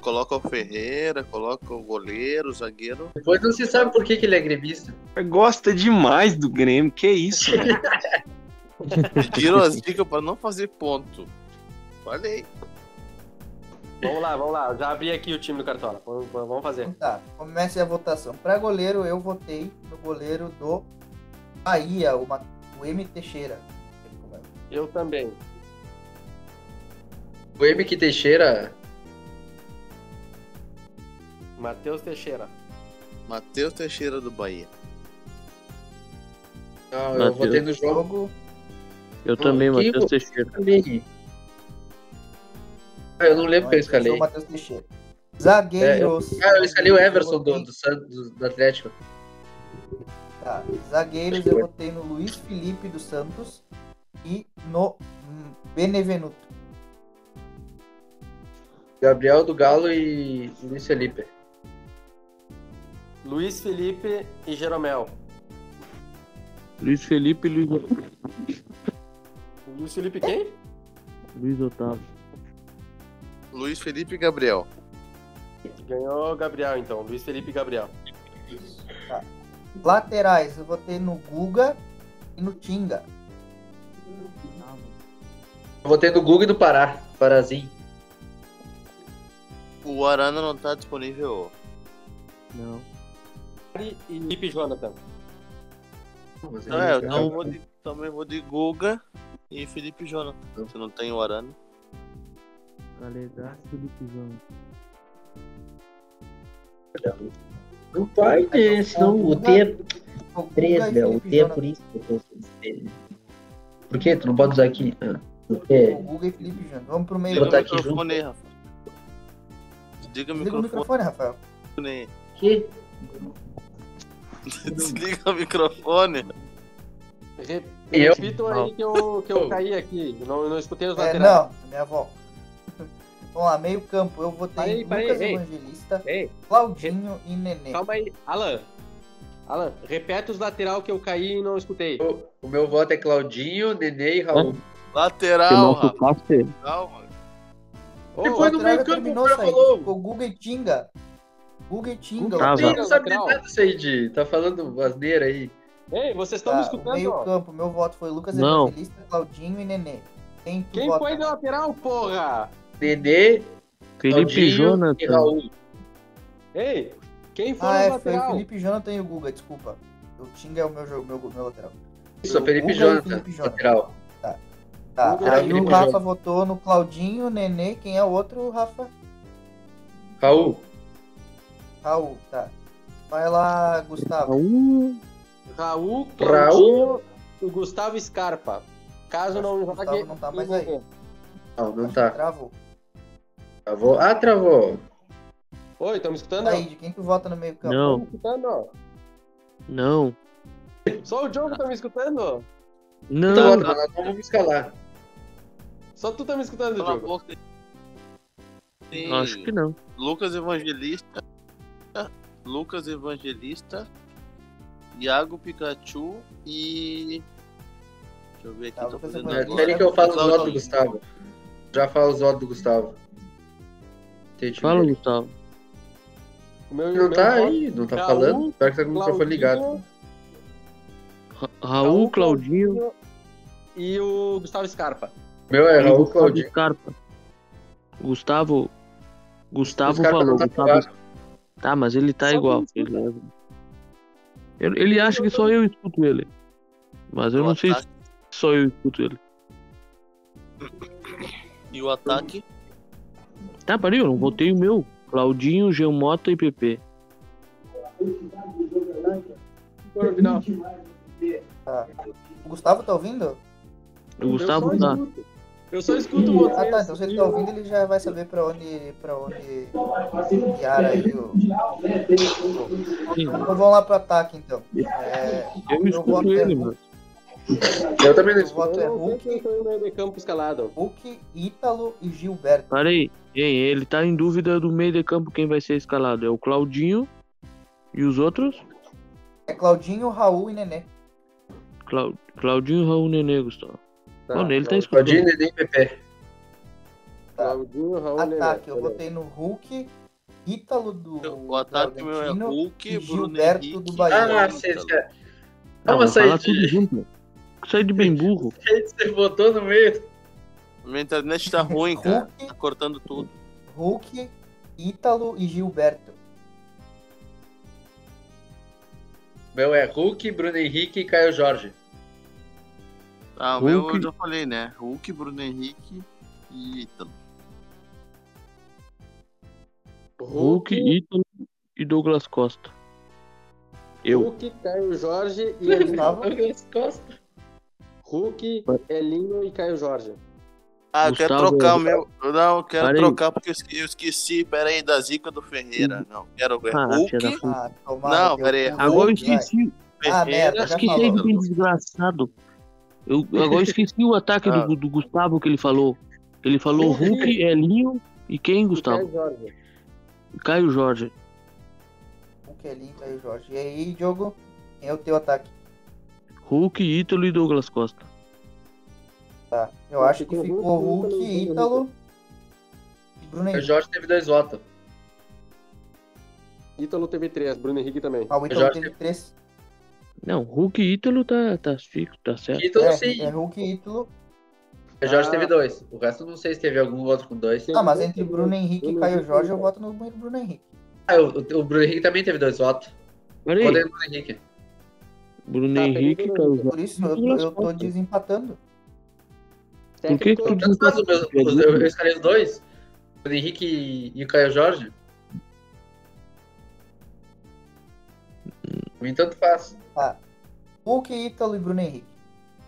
Speaker 3: Coloca o Ferreira, coloca o goleiro, o zagueiro.
Speaker 8: Depois não se sabe por que, que ele é gremista.
Speaker 6: Gosta demais do Grêmio, que isso? né?
Speaker 3: Pediram as dicas pra não fazer ponto. Falei.
Speaker 5: Vamos lá, vamos lá. Eu já abri aqui o time do cartola. Vamos, vamos fazer.
Speaker 2: Então Tá, comece a votação. Pra goleiro, eu votei no goleiro do Bahia, o, Ma- o M. Teixeira.
Speaker 5: Eu também.
Speaker 8: O M que Teixeira.
Speaker 5: Matheus Teixeira.
Speaker 3: Matheus Teixeira do Bahia.
Speaker 8: Não, ah, eu
Speaker 7: Matheus.
Speaker 8: votei no jogo
Speaker 2: Jogo
Speaker 7: Eu também,
Speaker 8: Quem
Speaker 7: Matheus
Speaker 8: vo-
Speaker 7: Teixeira.
Speaker 8: também. Ah, eu não lembro que eu
Speaker 2: Nós, eu sou
Speaker 8: escalei.
Speaker 2: o Matheus Teixeira. Zagueiros.
Speaker 8: Ah, eu escalei o Everson do, do, San- do- do Atlético.
Speaker 2: Tá. Zagueiros eu votei no Luiz Felipe dos Santos e no hum, Benevenuto.
Speaker 8: Gabriel do Galo e Luiz Felipe.
Speaker 5: Luiz Felipe e Jeromel.
Speaker 7: Luiz Felipe e Luiz,
Speaker 5: Luiz Felipe quem?
Speaker 7: Luiz Otávio.
Speaker 3: Luiz Felipe e Gabriel.
Speaker 5: Ganhou o Gabriel, então. Luiz Felipe e Gabriel.
Speaker 2: Tá. Laterais eu votei no Guga e no Tinga.
Speaker 8: Eu votei no Guga e do Pará. Parazinho.
Speaker 3: O Arana não tá disponível.
Speaker 7: Não.
Speaker 5: E Felipe e Jonathan.
Speaker 3: Não, é, eu também vou de, também vou de Guga e Felipe Jonathan. Você não tem o Arana.
Speaker 7: Alegaço do Pisão.
Speaker 10: Não pode, senão o T é
Speaker 2: O Guga
Speaker 10: 3,
Speaker 2: e
Speaker 10: meu. O
Speaker 2: Felipe
Speaker 10: T é
Speaker 2: Jonathan.
Speaker 10: por isso que eu gosto de
Speaker 8: né?
Speaker 10: ter. Por quê? Tu não pode usar aqui. Ah, o T.
Speaker 2: O Guga e Felipe Jonathan. Vamos pro meio.
Speaker 3: Diga o
Speaker 8: Vou botar aqui
Speaker 3: microfone aí, Rafa. Desliga o
Speaker 2: Liga o
Speaker 3: microfone
Speaker 2: microfone, Rafael.
Speaker 3: aí.
Speaker 10: Que?
Speaker 3: Desliga o microfone.
Speaker 5: Re-
Speaker 8: Eu?
Speaker 5: Repitam aí que eu, que eu caí aqui. Não, não escutei os
Speaker 2: É,
Speaker 5: laterais.
Speaker 2: não, minha avó. Vamos lá, meio campo. Eu votei em
Speaker 5: Parei, parei,
Speaker 2: Lucas
Speaker 5: ei.
Speaker 2: Evangelista,
Speaker 5: Ei,
Speaker 2: Claudinho e Nenê.
Speaker 5: calma aí. Alan. Alan, repete os lateral que eu caí e não escutei.
Speaker 8: O, o meu voto é Claudinho, Nenê e Raul.
Speaker 7: Que
Speaker 8: um
Speaker 3: Lateral,
Speaker 7: nosso é
Speaker 3: Rafa.
Speaker 7: passe
Speaker 3: Calma.
Speaker 5: Ô,
Speaker 8: Depois
Speaker 2: O
Speaker 8: no
Speaker 2: Traga
Speaker 8: meio campo
Speaker 2: terminou
Speaker 8: o cara
Speaker 2: saindo.
Speaker 8: falou.
Speaker 2: Ficou Guga e Tinga. Guga e Tinga.
Speaker 7: Tava.
Speaker 8: Sim, não sabe de
Speaker 5: Lateral.
Speaker 8: nada, Said. Tá falando asneira aí.
Speaker 5: Ei, vocês estão
Speaker 2: Tá,
Speaker 5: me
Speaker 2: o
Speaker 5: escutando?
Speaker 2: meio
Speaker 5: ó?
Speaker 2: campo, meu voto foi Lucas
Speaker 7: Não.
Speaker 2: Evangelista, Claudinho e Nenê. Quem, tu
Speaker 5: Quem
Speaker 2: vota?
Speaker 5: foi na lateral, porra?
Speaker 8: Nenê,
Speaker 7: Felipe
Speaker 8: Claudinho e
Speaker 7: Jonathan.
Speaker 8: Raul.
Speaker 5: Ei, quem foi
Speaker 2: Ah,
Speaker 5: na
Speaker 2: é, foi o
Speaker 5: lateral?
Speaker 2: Felipe Jonathan e o Guga, desculpa. O Tinga é o meu, jogo, meu, meu lateral.
Speaker 8: Isso, Felipe
Speaker 2: Guga e
Speaker 8: Jonathan,
Speaker 2: Felipe Jonathan.
Speaker 8: lateral.
Speaker 2: Tá,
Speaker 5: Guga e
Speaker 2: aí o
Speaker 8: Felipe
Speaker 2: Rafa
Speaker 8: Jonathan.
Speaker 2: votou no Claudinho, Nenê, quem é o outro, Rafa?
Speaker 8: Raul,
Speaker 2: Raul, tá. Vai lá, Gustavo.
Speaker 7: Raul.
Speaker 5: Raul,
Speaker 8: Raul.
Speaker 5: Claudinho e Gustavo Scarpa. Caso não
Speaker 2: Gustavo
Speaker 5: jogue.
Speaker 2: não tá mais aí.
Speaker 8: não, não tá.
Speaker 2: Travou.
Speaker 8: Travou. Ah, travou.
Speaker 5: Oi, estão me escutando?
Speaker 2: Aí, de quem tu vota no
Speaker 8: Tá
Speaker 2: meio campo?
Speaker 5: Estão
Speaker 7: Não,
Speaker 5: me escutando?
Speaker 7: não.
Speaker 5: Só o Diogo tá me escutando?
Speaker 8: Então,
Speaker 7: Não.
Speaker 8: Otto, nós não vamos escalar.
Speaker 5: Só tu tá me escutando,
Speaker 3: Cala a
Speaker 5: Diogo.
Speaker 3: boca. Tem
Speaker 7: Acho que não.
Speaker 3: Lucas Evangelista. Lucas Evangelista. Iago Pikachu e. Deixa eu ver aqui.
Speaker 2: Tá,
Speaker 3: tô
Speaker 2: Lucas
Speaker 3: fazendo
Speaker 2: Evangelista.
Speaker 3: agora.
Speaker 2: Peraí
Speaker 8: É, que eu falo os
Speaker 3: Claudinho.
Speaker 8: votos do Gustavo. Já falo os votos do Gustavo. Entendi.
Speaker 7: Fala, Gustavo.
Speaker 5: O meu,
Speaker 8: Não
Speaker 5: meu
Speaker 8: tá
Speaker 5: voto-
Speaker 8: aí, não tá
Speaker 5: Raul,
Speaker 8: falando. Pior que tá com o microfone
Speaker 5: Claudinho
Speaker 8: ligado.
Speaker 7: Ra- Raul, Claudinho,
Speaker 5: E o Gustavo Scarpa.
Speaker 8: Meu é
Speaker 7: e
Speaker 8: Raul
Speaker 7: Gustavo
Speaker 8: Claudinho.
Speaker 7: Scarpa. Gustavo. Gustavo
Speaker 8: Scarpa
Speaker 7: falou.
Speaker 8: não tá
Speaker 7: Gustavo
Speaker 8: ligado.
Speaker 7: Tá, mas ele tá
Speaker 5: Só
Speaker 7: igual.
Speaker 5: que não
Speaker 7: Ele, ele, ele acha que só eu escuto ele. Mas eu
Speaker 3: O
Speaker 7: não sei se
Speaker 3: ataque-
Speaker 7: só eu escuto ele.
Speaker 3: E o ataque.
Speaker 7: Tá, peraí, eu não votei o meu. Claudinho, Geomota e PP.
Speaker 5: Agora no final.
Speaker 2: Ah, O Gustavo tá ouvindo?
Speaker 7: O Gustavo
Speaker 5: eu
Speaker 7: tá.
Speaker 5: só escuto, eu só escuto vocês.
Speaker 2: Ah tá, então se ele tá ouvindo, ele já vai saber pra onde. pra onde. Guiar aí o.
Speaker 7: Sim,
Speaker 2: Então vamos lá pro ataque então. É,
Speaker 7: eu escuto
Speaker 2: voto é
Speaker 7: ele,
Speaker 2: Hulk.
Speaker 7: mano.
Speaker 8: Eu também não
Speaker 2: o
Speaker 8: escuto.
Speaker 2: voto é
Speaker 5: Eu não sei quem
Speaker 2: Hulk,
Speaker 5: foi o meio de campo escalado.
Speaker 2: Hulk, Ítalo e Gilberto.
Speaker 7: Para aí. Ei, ele tá em dúvida do meio de campo quem vai ser escalado. É o Claudinho e os outros?
Speaker 2: É Claudinho, Raul e Nenê.
Speaker 7: Clau- Claudinho, Raul, Nenê, Gustavo.
Speaker 5: Tá,
Speaker 7: Mano, ele tá
Speaker 5: Claudinho,
Speaker 7: escutando.
Speaker 8: Claudinho, Neném e Pepe.
Speaker 5: Claudinho, Raul
Speaker 2: Tá. Ataque, eu
Speaker 5: Nenê.
Speaker 2: votei no Hulk, Ítalo do.
Speaker 3: O ataque meu é
Speaker 2: Bragantino.
Speaker 3: Hulk,
Speaker 2: e
Speaker 3: Bruno
Speaker 2: Gilberto
Speaker 3: Henrique. Tá
Speaker 2: do Bahia.
Speaker 8: Ah,
Speaker 3: Ítalo.
Speaker 8: você você-
Speaker 7: Não,
Speaker 8: Vamos
Speaker 7: vai
Speaker 8: sair
Speaker 7: falar tudo
Speaker 8: de.
Speaker 7: junto. mano. Sai de bem burro.
Speaker 8: Você botou no meio.
Speaker 3: Minha internet tá ruim, cara.
Speaker 2: Hulk,
Speaker 3: Tá cortando tudo.
Speaker 2: Hulk, Ítalo e Gilberto.
Speaker 8: Meu é Hulk, Bruno Henrique e Caio Jorge.
Speaker 3: Ah, o meu
Speaker 7: Hulk.
Speaker 3: eu já falei, né? Hulk, Bruno Henrique e Ítalo.
Speaker 7: Hulk, Ítalo e Douglas Costa. Eu.
Speaker 5: Hulk, Caio Jorge e
Speaker 2: Gustavo,
Speaker 5: Elinho.
Speaker 8: Douglas Costa.
Speaker 5: Hulk, Elinho e Caio Jorge.
Speaker 3: Ah, eu quero
Speaker 7: Gustavo,
Speaker 3: trocar o meu. Não, eu quero
Speaker 7: Para aí.
Speaker 3: trocar porque eu esqueci, eu esqueci. Pera aí, da zica do Ferreira. Não, quero ver.
Speaker 7: Ah,
Speaker 3: Hulk,
Speaker 7: filha da puta.
Speaker 2: Ah, tomar
Speaker 3: Não,
Speaker 2: no teu
Speaker 3: peraí,
Speaker 2: cu,
Speaker 7: Agora eu
Speaker 2: Hulk, vai.
Speaker 7: esqueci.
Speaker 2: Ah,
Speaker 3: Ferreira.
Speaker 2: merda, já
Speaker 7: Que
Speaker 2: falou.
Speaker 7: jeito bem desgraçado. Eu, agora eu esqueci o ataque
Speaker 3: Ah.
Speaker 7: do, do Gustavo que ele falou. Ele falou Hulk, Elinho e quem,
Speaker 5: E Caio
Speaker 7: Gustavo?
Speaker 5: Jorge.
Speaker 7: Caio Jorge.
Speaker 2: Hulk, Elinho, Caio Jorge. E aí, Diogo, quem é o teu ataque?
Speaker 7: Hulk, Ítalo e Douglas Costa.
Speaker 2: Tá. Eu acho que
Speaker 5: Ficou
Speaker 2: ficou
Speaker 5: Hulk,
Speaker 2: Hulk,
Speaker 5: Ítalo,
Speaker 2: Ítalo e Bruno
Speaker 8: Caio
Speaker 2: Henrique.
Speaker 8: Jorge teve dois votos.
Speaker 5: Ítalo teve três, Bruno Henrique também.
Speaker 2: Ah, o Ítalo
Speaker 8: Jorge.
Speaker 2: teve três.
Speaker 7: Não, Hulk e Ítalo tá, tá fixo, tá certo.
Speaker 8: Então
Speaker 2: é,
Speaker 8: sim.
Speaker 2: é Hulk e Ítalo.
Speaker 8: Caio Jorge
Speaker 5: Ah.
Speaker 8: teve dois. O resto não sei se teve algum voto com dois.
Speaker 2: Ah, mas entre Bruno Henrique e
Speaker 5: Bruno
Speaker 2: Caio
Speaker 5: Henrique,
Speaker 2: Jorge, eu
Speaker 5: Ítalo.
Speaker 2: voto no Bruno Henrique.
Speaker 8: Ah, o, o Bruno Henrique também teve dois votos.
Speaker 7: Peraí,
Speaker 8: Votei no Bruno Henrique.
Speaker 7: Bruno
Speaker 5: Tá, peraí,
Speaker 7: Henrique,
Speaker 5: Bruno
Speaker 7: Caio
Speaker 5: Henrique.
Speaker 7: Jorge.
Speaker 2: Por isso, eu, tô-
Speaker 7: Douglas
Speaker 2: eu tô
Speaker 7: Costa.
Speaker 2: desempatando.
Speaker 7: Por que tá que tu
Speaker 8: Tanto faz o meu- os- eu, eu
Speaker 7: desempatou?
Speaker 8: escalei os dois. O Bruno Henrique e, e o Caio Jorge. Pra mim tanto faz.
Speaker 2: Hulk, Ítalo e Bruno Henrique.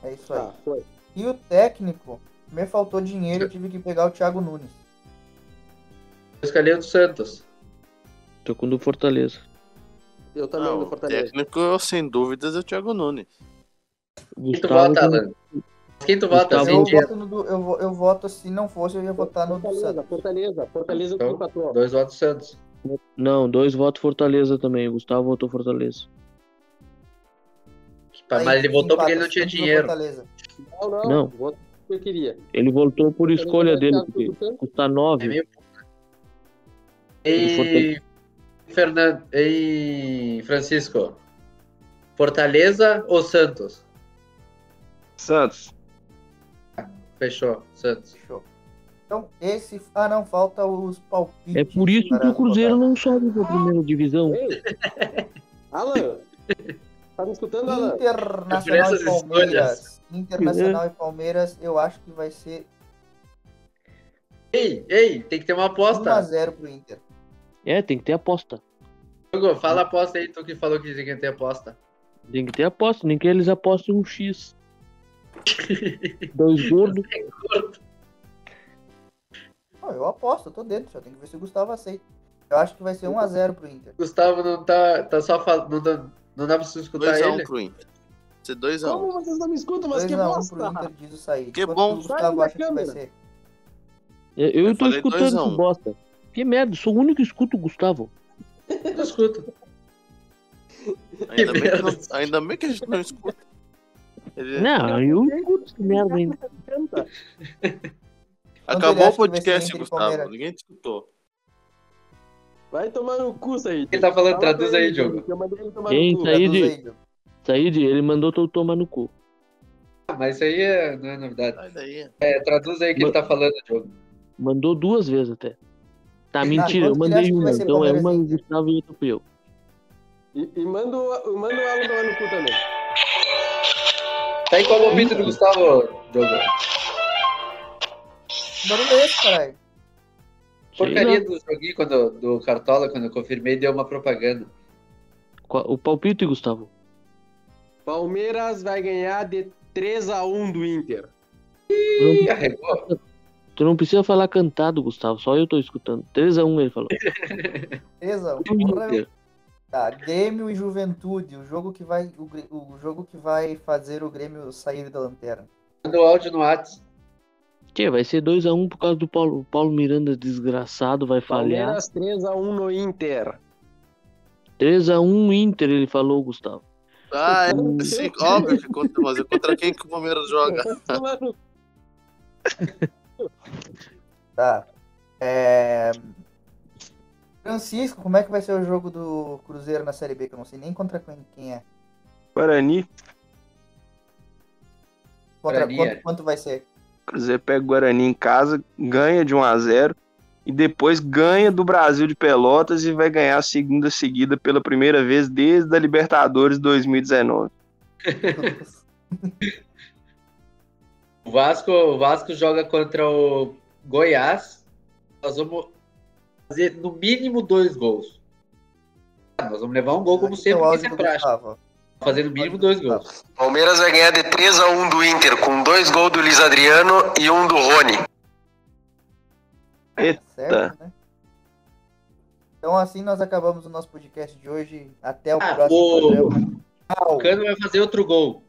Speaker 2: É isso aí.
Speaker 5: Tá, foi.
Speaker 2: E o técnico, me faltou dinheiro, eu tive que pegar o Thiago Nunes.
Speaker 8: Eu escalei o do Santos.
Speaker 7: Tô com o do Fortaleza.
Speaker 5: Eu também,
Speaker 3: Não,
Speaker 5: do
Speaker 3: o
Speaker 5: Fortaleza.
Speaker 3: técnico, sem dúvidas, é o Thiago Nunes.
Speaker 8: Quem tu
Speaker 7: Gustavo,
Speaker 8: vota, Alan? Quem tu vota?
Speaker 7: Gustavo.
Speaker 8: Sem
Speaker 2: Eu
Speaker 8: dinheiro.
Speaker 2: voto, no do- eu, vo- eu voto, se não fosse, eu ia votar no do
Speaker 5: Fortaleza,
Speaker 2: Santos.
Speaker 5: Fortaleza, Fortaleza
Speaker 8: Então,
Speaker 5: com patrão.
Speaker 8: Dois votos do Santos.
Speaker 7: não, dois votos Fortaleza também. O Gustavo votou Fortaleza.
Speaker 8: Tá, Mas
Speaker 2: Aí,
Speaker 8: ele votou porque ele não
Speaker 2: empata,
Speaker 8: tinha
Speaker 2: Santos ou
Speaker 8: dinheiro.
Speaker 2: Fortaleza.
Speaker 5: Não, não,
Speaker 7: Não.
Speaker 5: voto que eu queria. tá
Speaker 7: Ele votou por escolha dele,
Speaker 5: Fortaleza,
Speaker 7: porque
Speaker 5: do Santos.
Speaker 7: custa
Speaker 8: É
Speaker 7: nove.
Speaker 8: meio pouco.
Speaker 7: Ele
Speaker 8: E... Fernando... e Francisco, Fortaleza ou Santos?
Speaker 6: Santos.
Speaker 8: Fechou, Santos.
Speaker 2: Fechou. Então, esse. Ah, não, falta os palpites.
Speaker 7: É por isso que
Speaker 2: para
Speaker 7: o Cruzeiro
Speaker 2: votar.
Speaker 7: não sobe pra primeira divisão.
Speaker 5: Ei, Alan, tá me escutando, Alan?
Speaker 2: Internacional
Speaker 8: Essas
Speaker 2: e Palmeiras.
Speaker 8: escolhas.
Speaker 2: Internacional e Palmeiras, eu acho que vai ser
Speaker 8: Ei, ei, tem que ter uma aposta.
Speaker 2: 1x0 pro Inter.
Speaker 7: É, tem que ter aposta.
Speaker 8: Hugo, fala a aposta aí, tu que falou que tem que ter aposta.
Speaker 7: Tem que ter aposta, nem que eles apostem um X. Dois gordos.
Speaker 2: Não, eu aposto, eu tô dentro, só tem que ver se o Gustavo aceita. Eu acho que vai ser 1x0 pro Inter.
Speaker 8: Gustavo não tá, tá só falando, não, tá- não dá pra você escutar
Speaker 3: 2x1
Speaker 8: ele.
Speaker 3: pro Inter. ser 2x1.
Speaker 5: Como vocês não me escutam, mas
Speaker 2: 2x1
Speaker 5: que
Speaker 2: pro
Speaker 5: bosta!
Speaker 2: Inter diz o sair.
Speaker 3: Que
Speaker 2: Quanto
Speaker 3: bom.
Speaker 2: o Gustavo
Speaker 5: Sai da
Speaker 2: acha que vai
Speaker 5: câmera.
Speaker 2: ser?
Speaker 7: É, Eu, eu tô
Speaker 3: falei
Speaker 7: escutando
Speaker 3: dois a
Speaker 7: esse
Speaker 3: um.
Speaker 7: bosta. Que merda, sou o único que escuta o Gustavo.
Speaker 8: Eu não escuto.
Speaker 3: Ainda, bem que não- ainda bem que a gente não escuta. Ele-
Speaker 7: Não, eu não escuto esse merda ainda.
Speaker 5: tá
Speaker 2: Quando ele
Speaker 3: Acabou
Speaker 2: acha
Speaker 3: o
Speaker 2: que vai ser
Speaker 3: podcast,
Speaker 2: Inter e
Speaker 3: Gustavo.
Speaker 2: Palmeiras?
Speaker 3: Ninguém te escutou.
Speaker 5: Vai tomar no cu, Said.
Speaker 8: Ele tá falando,
Speaker 5: Fala
Speaker 8: traduz
Speaker 5: pra
Speaker 8: aí,
Speaker 5: ele,
Speaker 8: Diogo.
Speaker 5: que Eu mandei ele tomar
Speaker 7: Quem
Speaker 5: no cu.
Speaker 7: tá aí? Saí de-
Speaker 2: Traduz aí, Diogo.
Speaker 7: Said, ele mandou tu tomar no cu.
Speaker 8: Ah, mas isso aí é- não é novidade.
Speaker 3: Sai daí.
Speaker 8: É, traduz aí o que ele tá falando, Diogo.
Speaker 7: Mandou duas vezes até. Tá, mentira,
Speaker 2: quanto que
Speaker 7: eu
Speaker 2: ele acha
Speaker 7: mandei
Speaker 2: que vai
Speaker 7: uma.
Speaker 2: ser
Speaker 7: Então é
Speaker 2: Palmeiras
Speaker 7: uma
Speaker 2: e
Speaker 7: do
Speaker 2: Inter?
Speaker 7: Gustavo e outra pro eu.
Speaker 5: E, e manda o manda o Alan tomar no cu também.
Speaker 8: Tá aí qual o palpite do Gustavo, Diogo?
Speaker 2: Que Barulho é esse, caralho?
Speaker 7: Sei
Speaker 8: Porcaria
Speaker 7: lá.
Speaker 8: do joguinho quando, do Cartola, quando eu confirmei, deu uma propaganda.
Speaker 7: Qual- O palpite, Gustavo.
Speaker 5: Palmeiras vai ganhar de 3x1 do Inter.
Speaker 7: Tu não-
Speaker 8: Ih, arregou.
Speaker 7: Tu não precisa falar cantado, Gustavo. Só eu tô escutando. 3x1 ele falou.
Speaker 2: Beleza? Porra,
Speaker 7: Inter.
Speaker 2: Tá, Grêmio e Juventude, o jogo que vai o, Grê- o jogo que vai fazer o Grêmio sair da lanterna.
Speaker 8: Manda o áudio no WhatsApp.
Speaker 7: Que vai ser 2x1 por causa do Paulo, o Paulo Miranda desgraçado, vai falhar.
Speaker 5: Palmeiras 3x1 no Inter.
Speaker 7: 3x1 Inter, ele falou, Gustavo.
Speaker 3: Ah, é, sim, óbvio que contra, mas é contra quem que o Palmeiras joga?
Speaker 5: Toma no
Speaker 2: Tá. É... Francisco, como é que vai ser o jogo do Cruzeiro na Série B? Que eu não sei nem contra quem, quem é.
Speaker 6: Guarani.
Speaker 2: Contra
Speaker 8: Guarani,
Speaker 2: quanto,
Speaker 8: é.
Speaker 2: quanto vai ser?
Speaker 6: Cruzeiro pega o Guarani em casa, ganha de 1 a 0 e depois ganha do Brasil de Pelotas e vai ganhar a segunda seguida pela primeira vez desde a Libertadores 2019.
Speaker 8: O Vasco, o Vasco joga contra o Goiás. Nós vamos fazer no mínimo dois gols. Ah, Nós vamos levar um gol, como
Speaker 2: Aqui tem o
Speaker 8: sempre,
Speaker 2: áudio
Speaker 8: isso é
Speaker 2: do
Speaker 8: prático.
Speaker 2: Gustavo, ó.
Speaker 8: Fazer no mínimo dois gols.
Speaker 9: Palmeiras vai ganhar de 3 a 1 do Inter, com dois gols do Luiz Adriano e um do Rony.
Speaker 2: Tá certo, né? Então assim nós acabamos o nosso podcast de hoje. Até o
Speaker 8: Ah,
Speaker 2: próximo
Speaker 8: o-
Speaker 2: programa. Tchau.
Speaker 8: O Cano vai fazer outro gol.